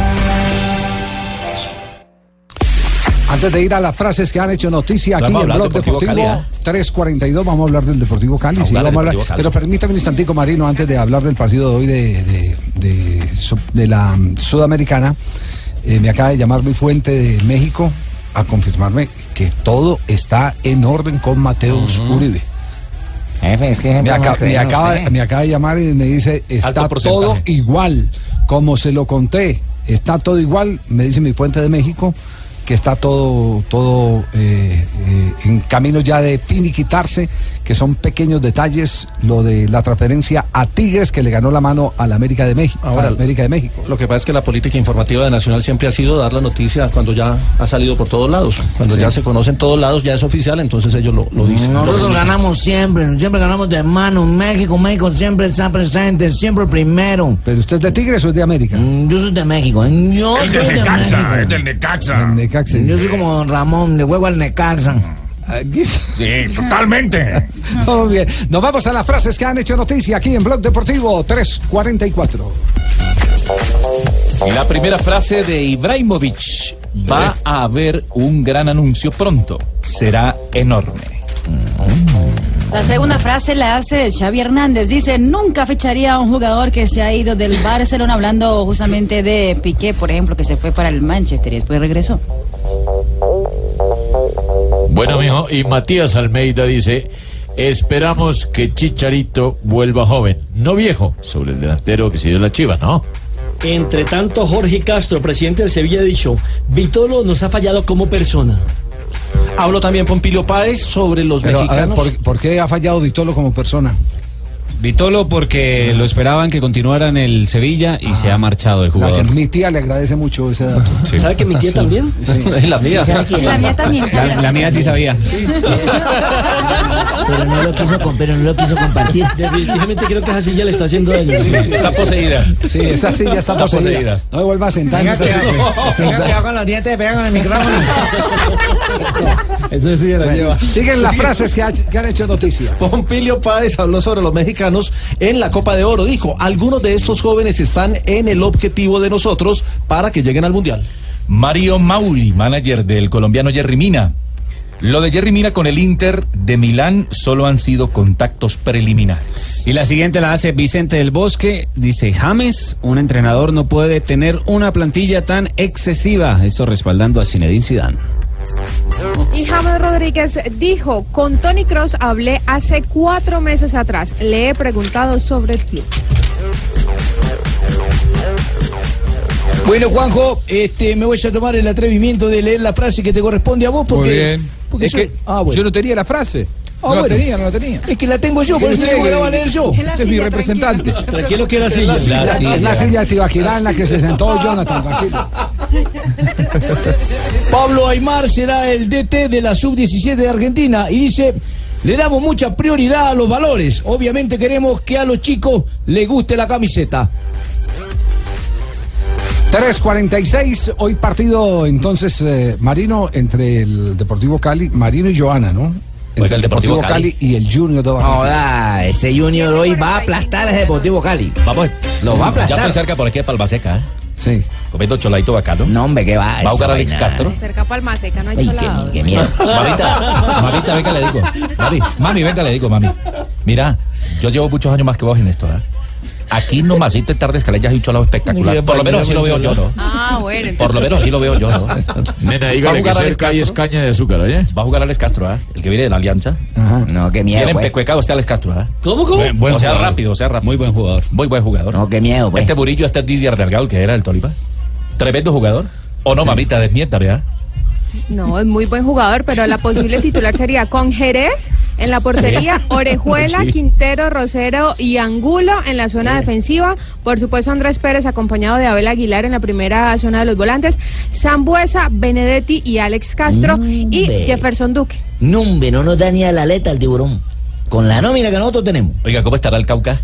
S2: Antes de ir a las frases que han hecho noticia aquí
S14: Vamos a
S2: en
S14: hablar
S2: Blog
S14: del Deportivo
S2: Deportivo,
S3: ¿eh?
S2: 342, vamos a hablar del Deportivo Cali. sí,
S14: hablar del
S2: vamos a hablar-
S14: Deportivo Cali.
S2: Pero permítame un instantico, Marino, antes de hablar del partido de hoy de, de- de Sud- de la mm, Sudamericana, eh, me acaba de llamar mi fuente de México a confirmarme que todo está en orden con Mateus Uribe. Me, aca- me acaba, me acaba de llamar y me dice, está
S20: Alto porcentaje.
S2: todo igual, como se lo conté, está todo igual, me dice mi fuente de México, que está todo, todo eh, eh, en camino ya de finiquitarse, que son pequeños detalles, lo de la transferencia a Tigres que le ganó la mano a la América de México.
S3: Ahora,
S2: a la América de México.
S3: Lo que pasa es que la política informativa de Nacional siempre ha sido dar la noticia cuando ya ha salido por todos lados. Cuando
S2: Sí.
S3: ya se conocen todos lados, ya es oficial, entonces ellos lo, lo dicen.
S4: Nosotros ganamos siempre, siempre ganamos de mano. México, México siempre está presente, siempre primero. Mm,
S2: ¿Pero usted es de Tigres o es de América?
S4: Yo soy de México. ¿eh? Yo
S20: Es
S4: soy
S20: del
S4: de México.
S20: Necaxa, es del Necaxa.
S4: Yo soy como don Ramón, le juego al Necaxa.
S20: Sí, totalmente.
S2: Muy bien. Nos vamos a las frases que han hecho noticia aquí en Blog Deportivo 344.
S17: La primera frase de Ibrahimovic. Va a haber un gran anuncio pronto. Será enorme.
S16: La segunda frase la hace Xavi Hernández. Dice, nunca ficharía a un jugador que se ha ido del Barcelona hablando justamente de Piqué, por ejemplo, que se fue para el Manchester y después regresó.
S26: Bueno, mijo, y Matías Almeida dice, esperamos que Chicharito vuelva joven, no viejo, sobre el delantero que se dio la chiva, ¿no?
S9: Entre tanto, Jorge Castro, presidente del Sevilla, ha dicho, Vitolo nos ha fallado como persona.
S3: Hablo también Pompilio Páez sobre los
S2: Pero, a ver,
S3: mexicanos.
S2: ¿por, por qué ha fallado Vitolo como persona?
S15: Vitolo porque lo esperaban que continuara en el Sevilla y se ha marchado el jugador.
S2: Gracias. Mi tía le agradece mucho ese dato.
S15: Sí. ¿Sabe que mi tía también? La mía. La mía también. La- la mía sí sabía.
S4: Pero no lo quiso, com- pero no lo quiso compartir.
S9: Definitivamente creo que esa silla le está haciendo daño.
S2: Sí, esa silla está, poseída. No me vuelva a sentar en
S4: Venga,
S2: esa
S4: que-
S2: silla.
S4: venga, que
S7: con los dientes, pega con el micrófono.
S3: Eso sí la lleva.
S2: Siguen las frases que, ha- que han hecho noticia.
S3: Pompilio Páez habló sobre los mexicanos en la Copa de Oro. Dijo, algunos de estos jóvenes están en el objetivo de nosotros para que lleguen al Mundial.
S17: Mario Mauli, manager del colombiano Jerry Mina. Lo de Jerry Mina con el Inter de Milán solo han sido contactos preliminares.
S15: Y la siguiente la hace Vicente del Bosque. Dice James, un entrenador no puede tener una plantilla tan excesiva. Eso respaldando a Zinedine Zidane.
S25: Y James Rodríguez dijo, con Tony Cross hablé hace cuatro meses atrás, le he preguntado sobre el club.
S6: Bueno, Juanjo, este, me voy a tomar el atrevimiento de leer la frase que te corresponde a vos porque.
S19: Muy bien.
S6: porque
S19: Es
S6: soy-
S19: que
S6: ah, bueno.
S19: yo no tenía la frase.
S6: Ah,
S19: no la
S6: bueno.
S19: tenía, no la tenía.
S6: Es que la tengo Pues yo, por eso te digo que la voy a leer yo.
S19: Usted es mi representante.
S9: Tranquilo que la silla.
S2: La silla, la silla de Tibaquirá en la que se sentó Jonathan. tranquilo.
S6: Pablo Aymar será el DT de la sub-17 de Argentina y dice, le damos mucha prioridad a los valores. Obviamente queremos que a los chicos les guste la camiseta.
S2: 3.46, hoy partido entonces eh, Marino entre el Deportivo Cali, Marino y Joana, ¿no? Entre
S5: Juega el Deportivo Cali.
S2: y el Junior de
S5: Joda, ese Junior hoy va a aplastar a ese Deportivo Cali.
S17: Vamos,
S5: Lo va a
S17: Ya
S5: aplastar.
S17: estoy cerca por aquí de Palbaseca, ¿eh?
S2: Sí.
S17: Comiendo cholaito bacano. No,
S5: hombre, que va.
S17: Va a
S5: esa
S17: jugar Alex
S5: vaina.
S17: Castro.
S25: Cerca Palma Seca, no hay
S5: Ay,
S25: cholado.
S5: qué, qué miedo. ¿eh?
S17: Mamita, venga, le digo. Mami, mami, venga, le digo, mami. Mira, yo llevo muchos años más que vos en esto, ¿eh? Aquí nomás intentar descalellas y un cholado espectacular. Por lo menos así lo veo yo, ¿no?
S25: Ah, bueno.
S17: Por lo menos así lo veo yo, ¿no?
S26: Nena, dígale que cerca hay es caña de azúcar, ¿oye?
S17: Va a jugar Alex Castro, ¿eh? El que viene de la Alianza.
S5: No, qué miedo. pues.
S17: Viene
S5: güey.
S17: empecuecado este Alex Castro, ¿eh?
S9: ¿Cómo, cómo?
S17: Buen- buen o sea,
S26: jugador.
S17: rápido, o sea, rápido. Muy buen jugador. Muy buen jugador.
S5: No, qué miedo, pues.
S17: Este Burillo, este Didier Delgado, el que era el Tolima. Tremendo jugador. O no, mamita, desmienta, ¿verdad?
S25: No, es muy buen jugador, pero la posible titular sería con Jerez en la portería, Orejuela,
S17: Sí.
S25: Quintero, Rosero y Angulo en la zona defensiva. Por supuesto, Andrés Pérez acompañado de Abel Aguilar en la primera zona de los volantes, Sambuesa, Benedetti y Alex Castro y
S5: Hombre.
S25: Jefferson Duque.
S5: Numbe, no nos da ni a la aleta el tiburón. Con la nómina que nosotros tenemos.
S17: Oiga, ¿cómo estará el Cauca?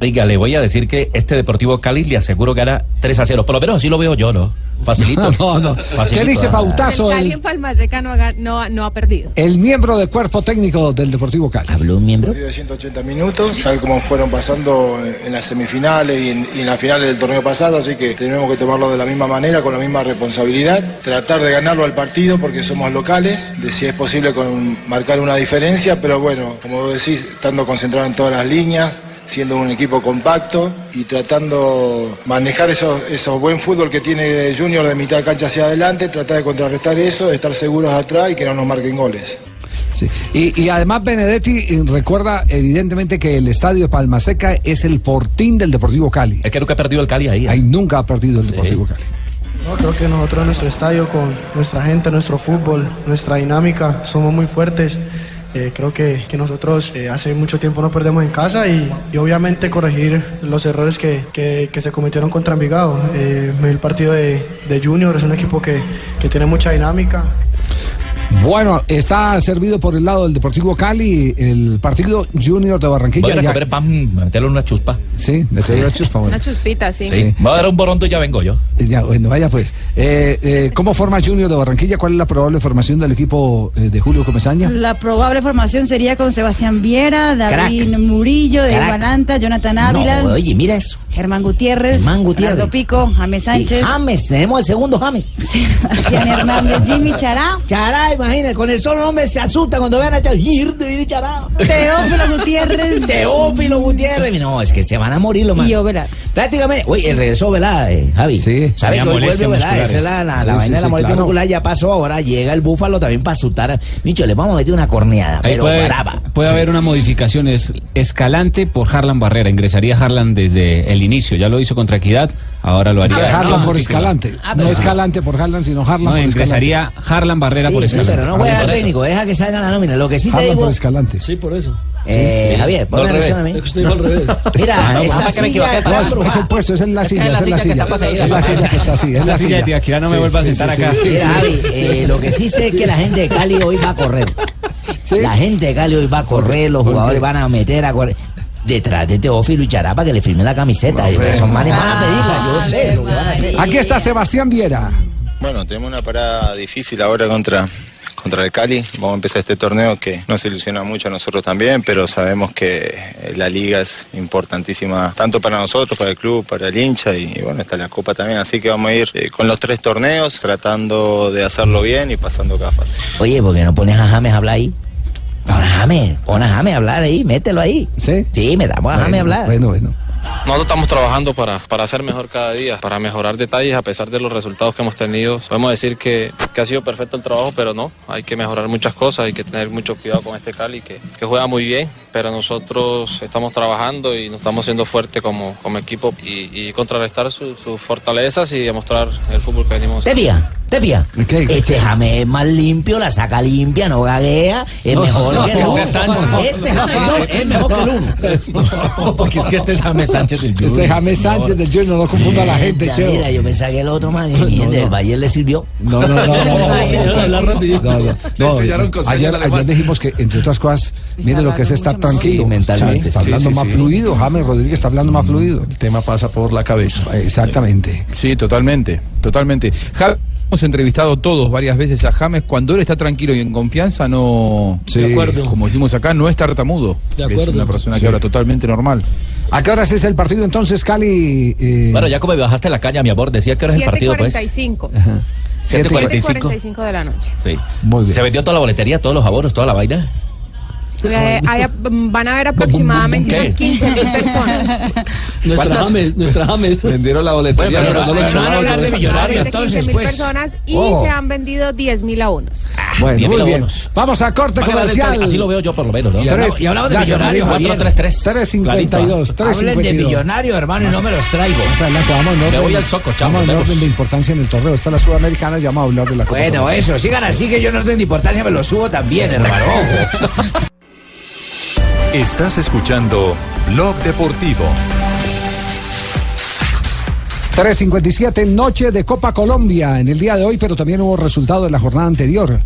S17: Oiga, le voy a decir que este Deportivo Cali le aseguro gana 3 a 0. Por lo menos así lo veo yo, ¿no? Facilito.
S2: No, no.
S17: Facilito,
S2: ¿Qué dice
S17: ah.
S2: Pautazo,
S25: Alguien
S2: el,
S25: en Palma Seca no ha, gan- no ha- no ha perdido.
S2: el miembro del cuerpo técnico del Deportivo Cali?
S5: ¿Habló un miembro?
S27: partido de 180 minutos, tal como fueron pasando en las semifinales y en, y en las finales del torneo pasado, así que tenemos que tomarlo de la misma manera, con la misma responsabilidad, tratar de ganarlo al partido porque somos locales, de si es posible con marcar una diferencia, pero bueno, como vos decís, estando concentrado en todas las líneas, siendo un equipo compacto y tratando manejar esos, esos buen fútbol que tiene Junior de mitad de cancha hacia adelante, tratar de contrarrestar eso, de estar seguros atrás y que no nos marquen goles.
S2: Sí. Y, y además Benedetti eh, recuerda evidentemente que el estadio de Palmaseca es el fortín del Deportivo Cali.
S17: Es que nunca ha perdido el Cali ahí. ¿eh?
S2: Ahí nunca ha perdido el Deportivo Cali.
S22: No, creo que nosotros en nuestro estadio, con nuestra gente, nuestro fútbol, nuestra dinámica, somos muy fuertes. Eh, creo que, que nosotros eh, hace mucho tiempo no perdemos en casa y, y obviamente corregir los errores que, que- que se cometieron contra Envigado. Eh, me vi el partido de, de Junior, es un equipo que, que tiene mucha dinámica,
S2: Bueno, está servido por el lado del Deportivo Cali el partido Junior de Barranquilla.
S17: Voy a ir a
S2: Ya-
S17: comer pan, meterlo en una chuspa.
S2: Sí, meterlo en una chuspa, bueno.
S25: Una chuspita, sí.
S17: Oh, Sí. Me voy a dar un borondo y ya vengo yo.
S2: Ya, bueno, vaya pues. Eh, eh, ¿Cómo forma Junior de Barranquilla? ¿Cuál es la probable formación del equipo eh, de Julio Comesaña?
S16: La probable formación sería con Sebastián Viera, David Murillo, de
S2: Crack.
S16: Guananta, Jonathan Ávila.
S2: No, oye,
S16: mira eso. Germán Gutiérrez.
S2: Germán Gutiérrez.
S16: Gerardo Pico, James Sánchez.
S5: James, tenemos el segundo James.
S16: Sebastián Hernández, Jimmy Chará.
S5: Chará, imagínate, con el solo nombre se asusta cuando vean a Chará. Jimmy Chará.
S16: Teófilo Gutiérrez.
S5: Teófilo Gutiérrez. No, es que se van a morir los más.
S16: Y Oberá.
S5: Prácticamente, oye, el regreso Velá, eh, Javi. Sí, ¿sabes
S28: había
S5: que hoy vuelve
S28: molestias
S5: Velá? Esa es la, la,
S28: musculares. Sí,
S5: la vaina
S28: sí,
S5: de la
S28: sí,
S5: molestia
S28: claro.
S5: muscular ya pasó. Ahora llega el Búfalo también para asustar. a- Micho, les vamos a meter una corneada,
S15: Ahí
S5: pero
S15: puede,
S5: brava.
S15: puede haber una modificación. Es Escalante por Harlan Barrera. Ingresaría Harlan desde el inicio. Ya lo hizo contra Equidad. Ahora lo haría.
S2: Harlan
S15: Ah,
S2: por
S15: sí,
S2: Escalante.
S15: claro.
S2: No
S15: Sí.
S2: Escalante por Harlan, sino Harlan
S15: No,
S2: por
S15: ingresaría Harlan Barrera
S5: Sí,
S15: por
S5: sí,
S15: Escalante.
S5: pero no juega el técnico, deja que salga la nómina. Lo que sí te
S2: Harlan
S5: digo.
S2: por Escalante.
S4: Sí, por eso.
S5: Eh,
S2: Sí.
S5: Javier,
S2: No, al
S5: ponme atención a mí.
S4: revés. Es que usted dijo al revés.
S5: Mira,
S2: No,
S5: esa
S2: jamás que me
S5: silla
S2: equivoqué.
S5: está
S2: No, es-
S5: embrujada.
S2: es el puesto, es en la silla, es en la silla. Es la silla que está así, es la silla.
S15: no me
S2: Sí,
S15: vuelva a
S2: sí,
S15: sentar
S2: sí,
S15: acá.
S2: sí, sí,
S5: Mira,
S2: sí.
S5: Javi, eh, lo que sí sé es que la gente de Cali hoy va a correr. La gente de Cali hoy va a correr, los jugadores van a meter a correr. Detrás de Teófilo y Charapa que le firme la camiseta. Y esos manes van a pedirla, yo
S2: Ah,
S5: sé lo que van a hacer.
S2: Aquí está Sebastián Viera.
S23: Bueno, tenemos una parada difícil ahora contra, contra el Cali. Vamos a empezar este torneo que nos ilusiona mucho a nosotros también, pero sabemos que eh, la liga es importantísima tanto para nosotros, para el club, para el hincha y, y bueno, está la Copa también. Así que vamos a ir eh, con los tres torneos tratando de hacerlo bien y pasando cada fase.
S5: Oye, ¿por qué no pones a James a hablar ahí? Pon a James, pon a James a hablar ahí, mételo ahí.
S2: Sí,
S5: sí metamos a James a hablar.
S2: Bueno, bueno.
S11: Nosotros estamos trabajando para, para ser mejor cada día, para mejorar detalles a pesar de los resultados que hemos tenido. Podemos decir que, que ha sido perfecto el trabajo, pero no, hay que mejorar muchas cosas, hay que tener mucho cuidado con este Cali que, que juega muy bien, pero nosotros estamos trabajando y nos estamos haciendo fuerte como, como equipo y, y contrarrestar su- sus fortalezas y demostrar el fútbol que venimos.
S5: Te fías, te fías. Este James es más limpio, la saca limpia, no gaguea, es
S11: No,
S5: mejor
S11: no,
S5: que el
S11: no,
S5: otro.
S11: este es Sánchez.
S5: Este James no, es mejor que el uno.
S17: porque es que este es James Sánchez del Junior.
S2: Este es James
S17: señor.
S2: Sánchez del Junior, no lo confunda a la gente,
S5: Mira,
S2: Cheo.
S5: Mira, yo pensaba que el otro man, y el del Bayern le sirvió.
S2: No, no, no. no, no, no, no, no.
S5: Le enseñaron
S2: No,
S5: consejos
S2: ayer, ayer
S5: al alemán.
S2: dijimos que, entre otras cosas, mire lo que es estar tranquilo.
S28: Sí, mentalmente.
S2: Está
S28: Sí,
S2: hablando
S28: sí,
S2: más
S28: sí.
S2: fluido. James Rodríguez está hablando más fluido.
S28: El tema pasa por la cabeza.
S2: Exactamente.
S19: Sí, totalmente, totalmente. James, hemos entrevistado todos varias veces a James. Cuando él está tranquilo y en confianza, no.
S2: De acuerdo.
S19: Como decimos acá, no es tartamudo.
S2: De
S19: Es
S2: acuerdo.
S19: una persona
S2: Sí.
S19: que habla totalmente normal.
S2: ¿A qué horas es el partido entonces, Cali? Eh,
S17: Bueno, ya como me bajaste la caña, mi amor, decía que era el partido, pues.
S25: 7.45.
S17: 7.45.
S25: 7.45 de la noche.
S17: Sí. Se vendió toda la boletería, todos los abonos, toda la vaina.
S25: Eh, hay ap- van a haber aproximadamente
S17: Ah, ¿Qué?
S25: unas 15.000 personas.
S4: Nuestra
S29: ¿Cuántas?
S4: James, nuestra James.
S29: Vendieron la boletería,
S4: Bueno, pero-
S29: pero no
S4: pero
S29: los
S4: no van a hablar de
S29: millonarios.
S4: millonarios.
S29: Entonces,
S25: 15.000
S29: pues.
S25: personas y
S29: Oh.
S25: se han vendido 10.000 abonos.
S2: Bueno,
S17: Bien,
S2: muy
S17: mira,
S2: bien.
S17: vámonos.
S2: Vamos a corte
S17: Van a ganar el
S2: comercial.
S17: Cali, así lo veo yo por lo menos, ¿no?
S2: Y hablamos- y hablamos de millonarios, Javier. 3.52, 3.52.
S5: Hablen de millonarios, hermano, y no me los traigo.
S2: Más adelante, vamos en
S5: Me
S2: orden-
S5: voy al soco, chao,
S2: Vamos en
S5: nos vemos.
S2: orden de importancia en el torneo. Está la sudamericana, ya vamos a hablar de la Copa
S5: Bueno,
S2: Colombia.
S5: eso, sigan así que yo no tengo importancia, me lo subo también, hermano.
S14: Estás escuchando Blog Deportivo.
S2: 3.57, noche de Copa Colombia en el día de hoy, pero también hubo resultado de la jornada anterior.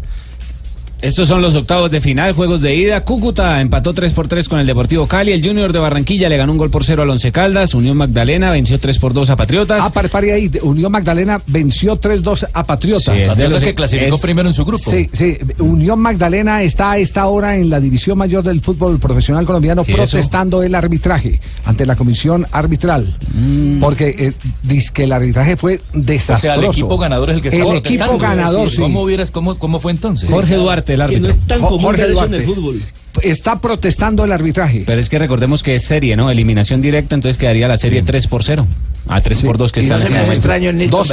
S15: Estos son los octavos de final, juegos de ida. Cúcuta empató 3 por 3 con el Deportivo Cali. El Junior de Barranquilla le ganó un gol por 0 al Once Caldas. Unión Magdalena venció 3 por 2 a Patriotas.
S2: Ah, pare, pare ahí. Unión Magdalena venció 3-2 a Patriotas.
S15: Sí, es de Patriotas los- que clasificó es- primero en su grupo.
S2: Sí, sí. Unión Magdalena está a esta hora en la división mayor del fútbol profesional colombiano
S28: ¿Y eso?
S2: protestando el arbitraje ante la comisión arbitral.
S15: Mm.
S2: Porque eh, dice que el arbitraje fue
S17: O sea,
S2: desastroso.
S17: el equipo ganador es el que está
S2: El
S17: protestando.
S2: equipo ganador, sí.
S17: ¿Cómo, hubieras, cómo, ¿Cómo fue entonces?
S2: Jo- Jorge Duarte. Está protestando el arbitraje.
S15: Pero es que recordemos que es serie, ¿no? Eliminación directa, entonces quedaría la serie 3 por 0.
S17: A 3 por 2 que
S2: Y
S17: está
S2: no
S17: en
S2: se
S17: este
S2: me hace
S17: momento.
S2: extraño dos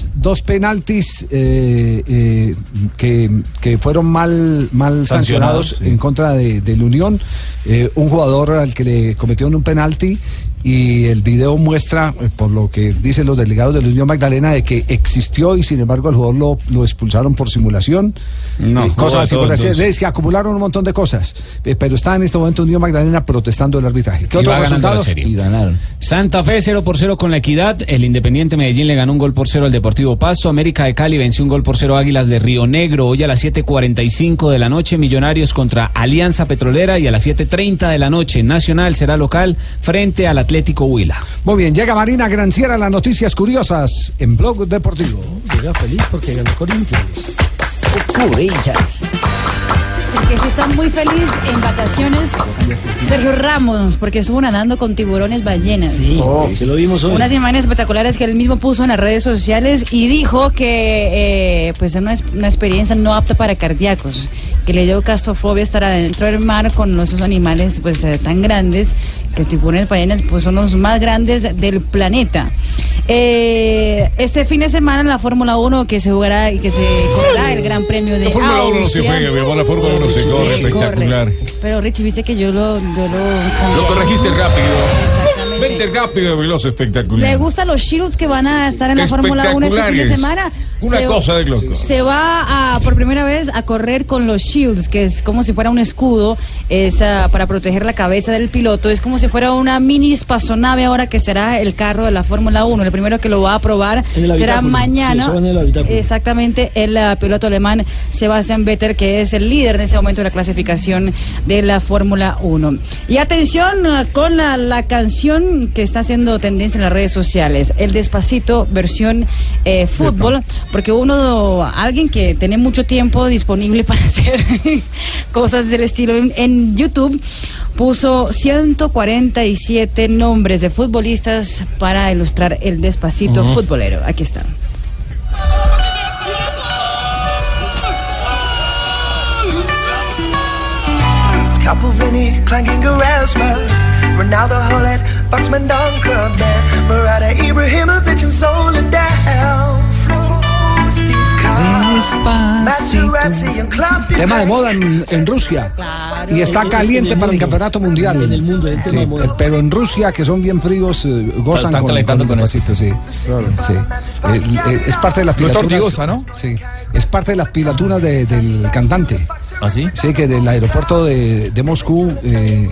S2: penaltis, dos penaltis eh, eh, que, que fueron mal, mal sancionados,
S17: Sancionados,
S2: en contra de, del Unión. Eh, un jugador al que le cometieron un penalti y el video muestra, eh, por lo que dicen los delegados del Unión Magdalena, de que existió y sin embargo el jugador lo, lo expulsaron por simulación.
S15: No,
S2: Eh,
S15: jugó a
S2: cosas así, por
S15: todos,
S2: así.
S15: dos.
S2: Es que acumularon un montón de cosas. Eh, pero está en este momento Unión Magdalena protestando el arbitraje. ¿Qué
S15: Y
S2: otros
S15: va ganando la
S2: resultados?
S15: serie.
S2: Y ganaron.
S15: Santa Fe 0 por 0 con la equidad. El Independiente Medellín le ganó un gol por 0 al Deportivo Pasto. América de Cali venció un gol por 0 Águilas de Río Negro. Hoy a las 7.45 de la noche Millonarios contra Alianza Petrolera y a las 7.30 de la noche Nacional será local frente al Atlético Huila.
S2: Muy bien, llega Marina Granciera, las noticias curiosas en Blog Deportivo. Llega feliz porque ganó Corinthians.
S5: Curillas.
S16: Porque sí está muy feliz en vacaciones. Sergio Ramos, porque estuvo nadando con tiburones ballenas.
S9: Sí,
S2: Oh.
S9: se lo vimos hoy.
S16: Unas imágenes espectaculares que él mismo puso en las redes sociales y dijo que eh, pues es una, es- una experiencia no apta para cardíacos, que le dio castrofobia estar adentro del mar con esos animales pues eh, tan grandes, que tiburones ballenas pues son los más grandes del planeta. Eh, este fin de semana en la Fórmula 1 que se jugará y que se correrá el Gran Premio de
S8: La Fórmula 1 no se
S16: Austria.
S8: juega, mi amor, la Fórmula 1 se corre,
S16: corre.
S8: espectacular.
S16: Pero Richie, viste que yo lo... Yo lo,
S8: Lo corregiste rápido. Vente rápido, veloz,
S16: ¿Le
S8: espectacular.
S16: gustan los Shields que van a estar en la Fórmula 1 este fin de
S8: Espectaculares.
S16: semana?
S8: Una
S16: Se-
S8: cosa de loco.
S16: Se va a, por primera vez a correr con los Shields, que es como si fuera un escudo es, ah, para proteger la cabeza del piloto. Es como si fuera una mini espaçonave ahora que será el carro de la Fórmula 1. El primero que lo va a probar
S9: En el
S16: será
S9: habitáculo.
S16: mañana.
S9: Sí, eso va en el habitáculo.
S16: Exactamente, el ah, piloto alemán Sebastian Vettel, que es el líder en ese momento de la clasificación de la Fórmula 1. Y atención ah, con la, la canción que está haciendo tendencia en las redes sociales, el despacito versión eh, fútbol, porque uno, alguien que tiene mucho tiempo disponible para hacer cosas del estilo en, en YouTube, puso 147 nombres de futbolistas para ilustrar el despacito
S12: Ujú.
S16: futbolero. Aquí está.
S12: Capovini clanking Erasmus, Ronaldo Holland, Foxman Donker, Ben, Murata Ibrahimovic and Soledad, Flo, Steve Carr, Materazzi and Klopp.
S2: Tema de moda en, en Rusia. Y está caliente para el campeonato mundial. En el mundo, Pero en Rusia, que son bien fríos, eh, gozan
S17: Están
S2: con,
S17: calentando
S2: con el
S17: con eso.
S2: pasito, sí. Sí. Eh, eh, es parte de las
S19: No es
S2: pilaturas.
S19: Ortigosa, ¿no?
S2: Sí. Es parte de las pilaturas de- del cantante. ¿Ah, sí? que del aeropuerto de, de Moscú eh,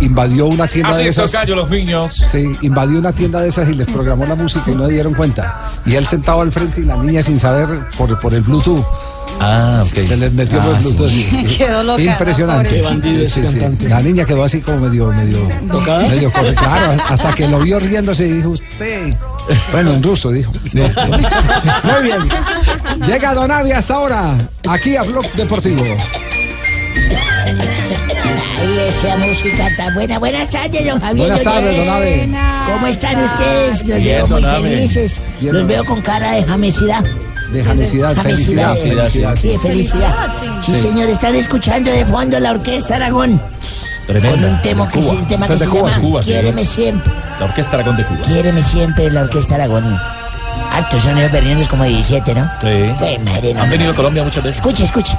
S2: invadió una tienda
S8: Así
S2: de
S8: es,
S2: esas.
S8: tocayo, los niños.
S2: Sí, invadió una tienda de esas y les programó la música y no dieron cuenta. Y él sentado al frente y la niña sin saber por, por el Bluetooth. Ah, Se les metió por
S17: Ah,
S2: el
S17: sí.
S2: Bluetooth. sí.
S16: Quedó loca, ¿no?
S2: Impresionante.
S16: Pobrecita. Qué bandido ese cantante.
S2: La niña quedó así como medio, medio.
S16: ¿Tocada?
S2: medio corre- claro, hasta que lo vio riéndose y dijo, usted. Bueno, en ruso dijo. Muy bien. Llega Donavi hasta ahora, aquí a Blog Deportivo.
S21: Ay, esa música tan buena. Buenas tardes, don Javier.
S2: Buenas
S21: Los
S2: tardes,
S21: oyentes.
S2: don Abe.
S21: ¿Cómo están ustedes? Los
S2: Bien,
S21: veo muy
S2: don Abe.
S21: felices.
S2: Bien,
S21: Los
S2: don
S21: veo
S2: Abe.
S21: con cara de jamesidad.
S2: De felicidad, felicidad, felicidad.
S21: Sí, de felicidad. Sí,
S2: Sí.
S21: señor, están escuchando de fondo la Orquesta Aragón. Con un tema que, se, tema que se llama Quiéreme siempre.
S17: La Orquesta Aragón de Cuba.
S21: Quiéreme siempre de la Orquesta Aragón. Hartos son los berrianos como 17, ¿no?
S17: Sí.
S21: Pues, madre, no,
S17: Han
S21: no,
S17: venido
S21: no.
S17: a Colombia muchas veces.
S21: Escuche, escuche.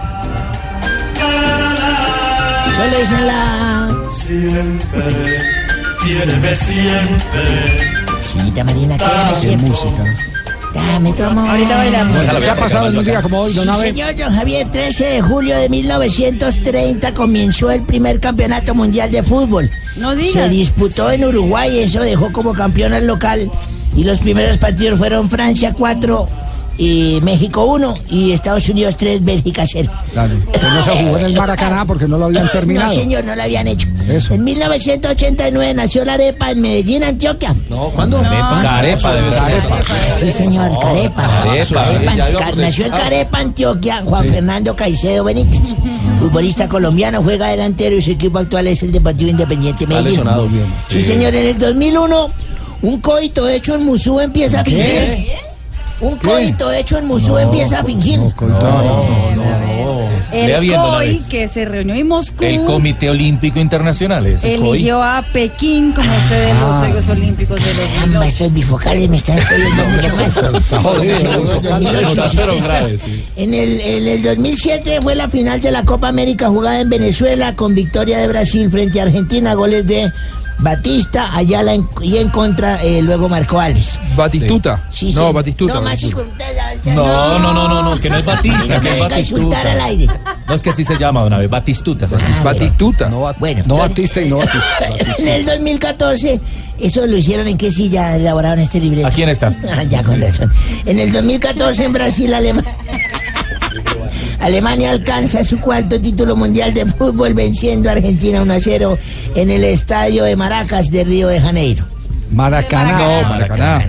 S21: Solo dicen la.
S12: Siempre, tiéreme siempre.
S21: Señorita Marina, quiéreme siempre. música. Dame tu amor.
S16: Ahorita bailamos.
S2: Déjalo, ¿Qué ha pasado en un día como hoy, don
S21: Sí,
S2: Abe?
S21: señor don Javier, 13 de julio de 1930 comenzó el primer campeonato mundial de fútbol.
S16: No
S21: Se
S16: digas.
S21: disputó en Uruguay, eso dejó como campeón al local. Y los primeros partidos fueron Francia 4 y México 1 y Estados Unidos 3, Bélgica 0.
S2: Claro, que no se jugó en el Maracaná porque no lo habían terminado.
S21: No, señor, no lo habían hecho.
S2: Eso.
S21: En 1989 nació la arepa en Medellín, Antioquia.
S17: No, ¿cuándo? Carepa.
S2: Ah,
S17: Carepa, de verdad.
S21: Carepa. Sí, señor, Carepa.
S17: Carepa,
S21: Carepa,
S17: ya iba
S21: Ca-
S17: por
S21: Nació en
S17: decir-
S21: Carepa, Antioquia, Juan Fernando Caicedo Benítez. Futbolista colombiano, juega delantero y su equipo actual es el Deportivo Independiente
S17: Está
S21: Medellín.
S17: lesionado.
S21: Sí,
S17: Sí.
S21: señor, en el 2001, un coito hecho en Musú empieza a
S17: ¿Qué?
S21: fingir. Un coito hecho en Musú empieza a fingir.
S17: No, no, no. Internacionales. Lea
S16: El
S17: bien, don
S16: COI,
S17: Abel.
S16: que se reunió en Moscú,
S17: El Comité Olímpico Internacional. es COI.
S16: eligió a Pekín como sede de los
S17: Ah.
S16: Juegos Olímpicos de los
S21: Caramba, estos bifocales me están jodiendo mucho más. En el, en el 2007 fue la final de la Copa América jugada en Venezuela con victoria de Brasil frente a Argentina, goles de Batista, Ayala en- y en contra eh, luego marcó Alves.
S19: Batistuta.
S21: Sí,
S19: no,
S21: sí.
S19: Batistuta.
S21: No, más hijo-
S17: No, no, no, no, no, que no es Batista,
S21: No
S17: que
S21: me
S17: es
S21: venga a insultar al
S17: Batistuta.
S21: aire. Ah,
S17: No es que así se llama, don Abel. Batistuta.
S19: Batistuta.
S17: No,
S21: bueno,
S17: no Batista y no
S21: En el 2014, eso lo hicieron en qué silla elaboraron este libreto.
S17: ¿A quién está?
S21: Ah, ya con razón. En el 2014 en Brasil, Alema- Alemania alcanza su cuarto título mundial de fútbol venciendo a Argentina 1 a 0 en el estadio de Maracas de Río de Janeiro.
S2: Maracaná.
S21: Maracaná.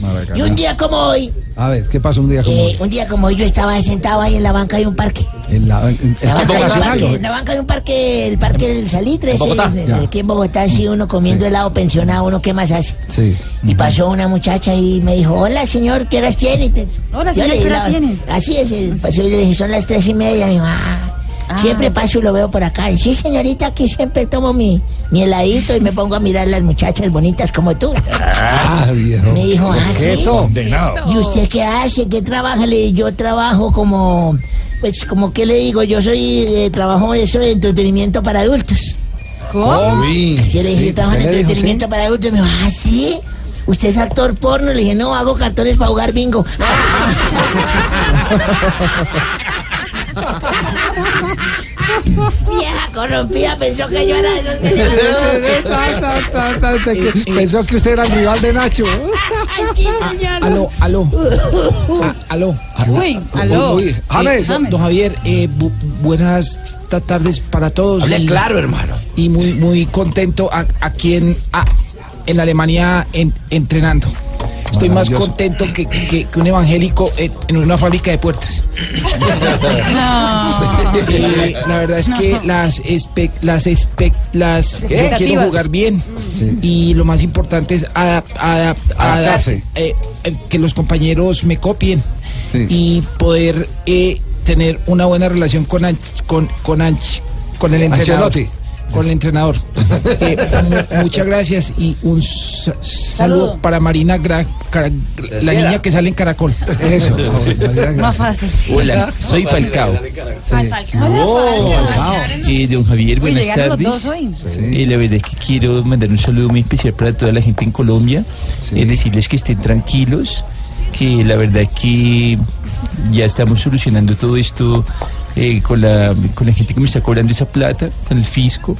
S2: Maracaná.
S21: Y un día como hoy,
S2: A ver, ¿qué pasa un día como
S21: eh,
S2: hoy?
S21: un día como hoy yo estaba sentado ahí en la banca de un parque.
S2: En la, en- en el
S21: La banca,
S2: campo
S21: de un
S2: nacional.
S21: parque,
S2: ¿no?
S21: la banca de un parque, el parque del Salitre,
S2: ¿En
S21: ese,
S2: Bogotá?
S21: el-
S2: Ya.
S21: el que en Bogotá, si uno comiendo helado pensionado, uno qué más hace.
S2: Sí.
S21: Y pasó una muchacha y me dijo, hola señor, ¿qué horas tiene? Entonces,
S16: Hola,
S21: yo
S16: señor,
S21: le
S16: ¿qué
S21: dije,
S16: horas
S21: "La-
S16: tiene?" Ah,
S21: Así es, eh, pasó y le dije, son las tres y media. Y me dijo, "Ah, siempre paso y lo veo por acá. Y, sí, señorita, aquí siempre tomo mi, mi heladito y me pongo a mirar las muchachas bonitas como tú.
S2: Ah, viejo.
S21: Me dijo, ah, sí.
S2: Objeto. Condenado.
S21: ¿Y usted qué hace? ¿Qué trabaja? Le dije, yo trabajo como, pues, como que le digo, yo soy, eh, trabajo eso de entretenimiento para adultos. Ah,
S12: ¿Cómo? Uy,
S21: Así le dije,
S12: sí,
S21: yo trabajo en
S12: ¿usted le dijo,
S21: entretenimiento para adultos. Me dijo, ah, sí. ¿Usted es actor porno? Le dije, no, hago cartones para jugar bingo. Vieja corrompida, pensó que yo era de esos que le
S2: Pensó que usted era el rival de Nacho.
S20: Ah, Aló, aló. Ah, aló.
S2: Uy, aló.
S20: Uy, uy.
S2: James.
S20: Eh, don Javier, eh, bu- buenas ta- tardes para todos.
S2: Hable
S20: Y-
S2: claro, hermano.
S20: Y muy, muy contento a- aquí en, a- en Alemania en- entrenando. Estoy más
S2: Maravilloso.
S20: contento que, que- que un evangélico eh, en una fábrica de puertas. Eh, la verdad es que las espe- las espe- las
S12: ¿Qué?
S20: yo quiero
S12: Expectativas.
S20: jugar bien y lo más importante es adap- adap-
S12: Adaptarse.
S20: adap- eh, eh, que los compañeros me copien y poder eh, tener una buena relación con Anch- con con Anch- con el entrenador
S2: Ancelotti.
S20: con el entrenador Eh, mu- muchas gracias y un sa- saludo,
S16: Saludo.
S20: para Marina Gra- Gra- la
S16: Graciela.
S20: niña que sale en Caracol eso
S16: Más fácil. sí.
S10: Hola, soy Falcao.
S16: Ay, Falcao.
S10: Oh,
S16: Hola,
S10: Falcao.
S16: Falcao.
S10: Eh, don Javier,
S16: Uy,
S10: buenas
S16: llegaron los
S10: tardes.
S16: dos hoy. Sí.
S10: Eh, la verdad es que quiero mandar un saludo muy especial para toda la gente en Colombia. Eh, decirles que estén tranquilos, que la verdad que ya estamos solucionando todo esto eh, con, la, con la gente que me está cobrando esa plata, con el fisco.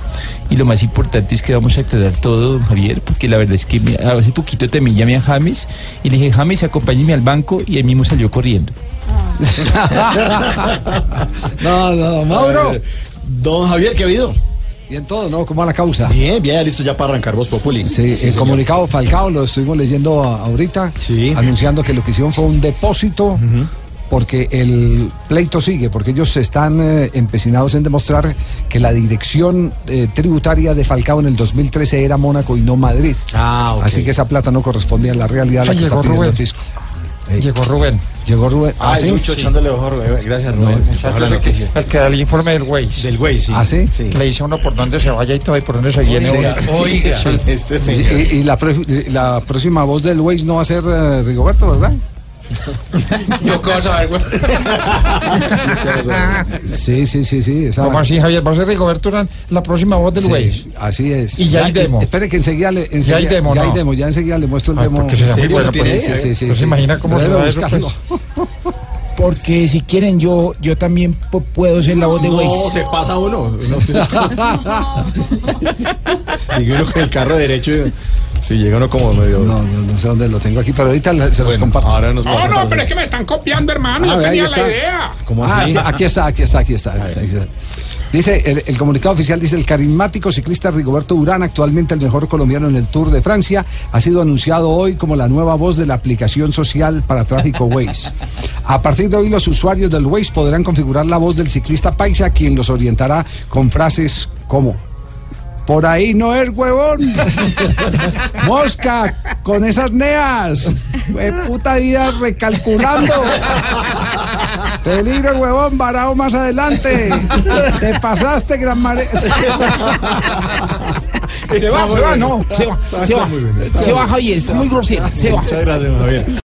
S10: Y lo más importante es que vamos a aclarar todo, don Javier, porque la verdad es que me- hace poquito también llamé a James y le dije, James, acompáñeme al banco y él mismo salió corriendo.
S2: No, no, Mauro.
S18: Eh, Don Javier, ¿qué ha habido?
S2: Bien todo, ¿no? ¿Cómo va la causa?
S18: Bien, bien, listo ya para arrancar Voz Populi.
S2: Sí, el
S18: señor.
S2: comunicado Falcao lo estuvimos leyendo a- ahorita, anunciando que lo que hicieron fue un depósito, porque el pleito sigue, porque ellos están eh, empecinados en demostrar que la dirección eh, tributaria de Falcao en el 2013 era Mónaco y no Madrid.
S18: Ah,
S2: Así que esa plata no correspondía a la realidad a la
S18: Ay,
S2: que está
S18: llegó
S2: pidiendo el
S18: Rubén.
S2: fisco. Ah, Llegó Rubén. Llegó Rubén.
S18: Ah,
S2: ¿sí?
S18: Lucho, echándole ojo, Rubén. Gracias, Rubén. Ojalá no-
S4: El que da el informe del güey. Del
S18: güey, sí.
S2: ¿Ah, sí?
S4: Le dice a uno por dónde se vaya y todo y por dónde se viene.
S2: Oiga,
S4: uno.
S2: oiga.
S4: Sí.
S18: Este
S2: Y,
S18: señor.
S2: y la, pre- la próxima voz del Waze no va a ser eh, Rigoberto, ¿verdad?
S4: Yo qué vas a ver, güey.
S2: Sí, sí, sí, sí. esa-
S4: ¿Cómo así, Javier? ¿Vas a ser Rigoberto Urán la próxima voz del
S2: Sí,
S4: güey?
S2: así es.
S4: Y ya hay
S2: es-
S4: demo.
S2: Espere que enseguida le enseguida-
S4: hay demo,
S2: ya
S4: ¿no?
S2: hay demo, ya enseguida le muestro el
S4: Ay,
S2: demo.
S4: Ah, porque será muy
S2: Sí,
S4: bueno,
S2: lo tiene,
S4: pues,
S2: sí, sí, sí,
S4: pues,
S2: sí.
S4: imagina cómo
S2: Pero
S4: será
S2: debe
S4: eso,
S2: buscarlo.
S20: porque si quieren yo yo también po- puedo ser la voz de
S18: No,
S20: Waze
S18: se pasa uno. Sigue uno con el carro derecho. y- Sí, llega uno como medio.
S2: No, no, no sé dónde lo tengo aquí, pero ahorita la- se los comparto.
S18: Ahora
S4: Ah,
S18: nos
S25: No,
S18: vamos
S25: no,
S18: a
S25: pero es que me están copiando, hermano.
S2: Ah,
S25: Yo
S2: ve, ahí
S25: tenía
S2: está.
S25: la idea.
S18: ¿Cómo
S2: Ah,
S18: así?
S2: está- aquí está, aquí está, aquí está. aquí está. Dice, el, el comunicado oficial dice, el carismático ciclista Rigoberto Urán, actualmente el mejor colombiano en el Tour de Francia, ha sido anunciado hoy como la nueva voz de la aplicación social para tráfico Waze. A partir de hoy, los usuarios del Waze podrán configurar la voz del ciclista paisa, quien los orientará con frases como... Por ahí no es huevón. Mosca, con esas neas. Hue- puta vida recalculando. Peligro, huevón, varado más adelante. Te pasaste, gran mare.
S20: Se va, se va, no. Se va, se va. Se va, Javier. Es muy grosero. Se va.
S18: Muchas gracias, Javier.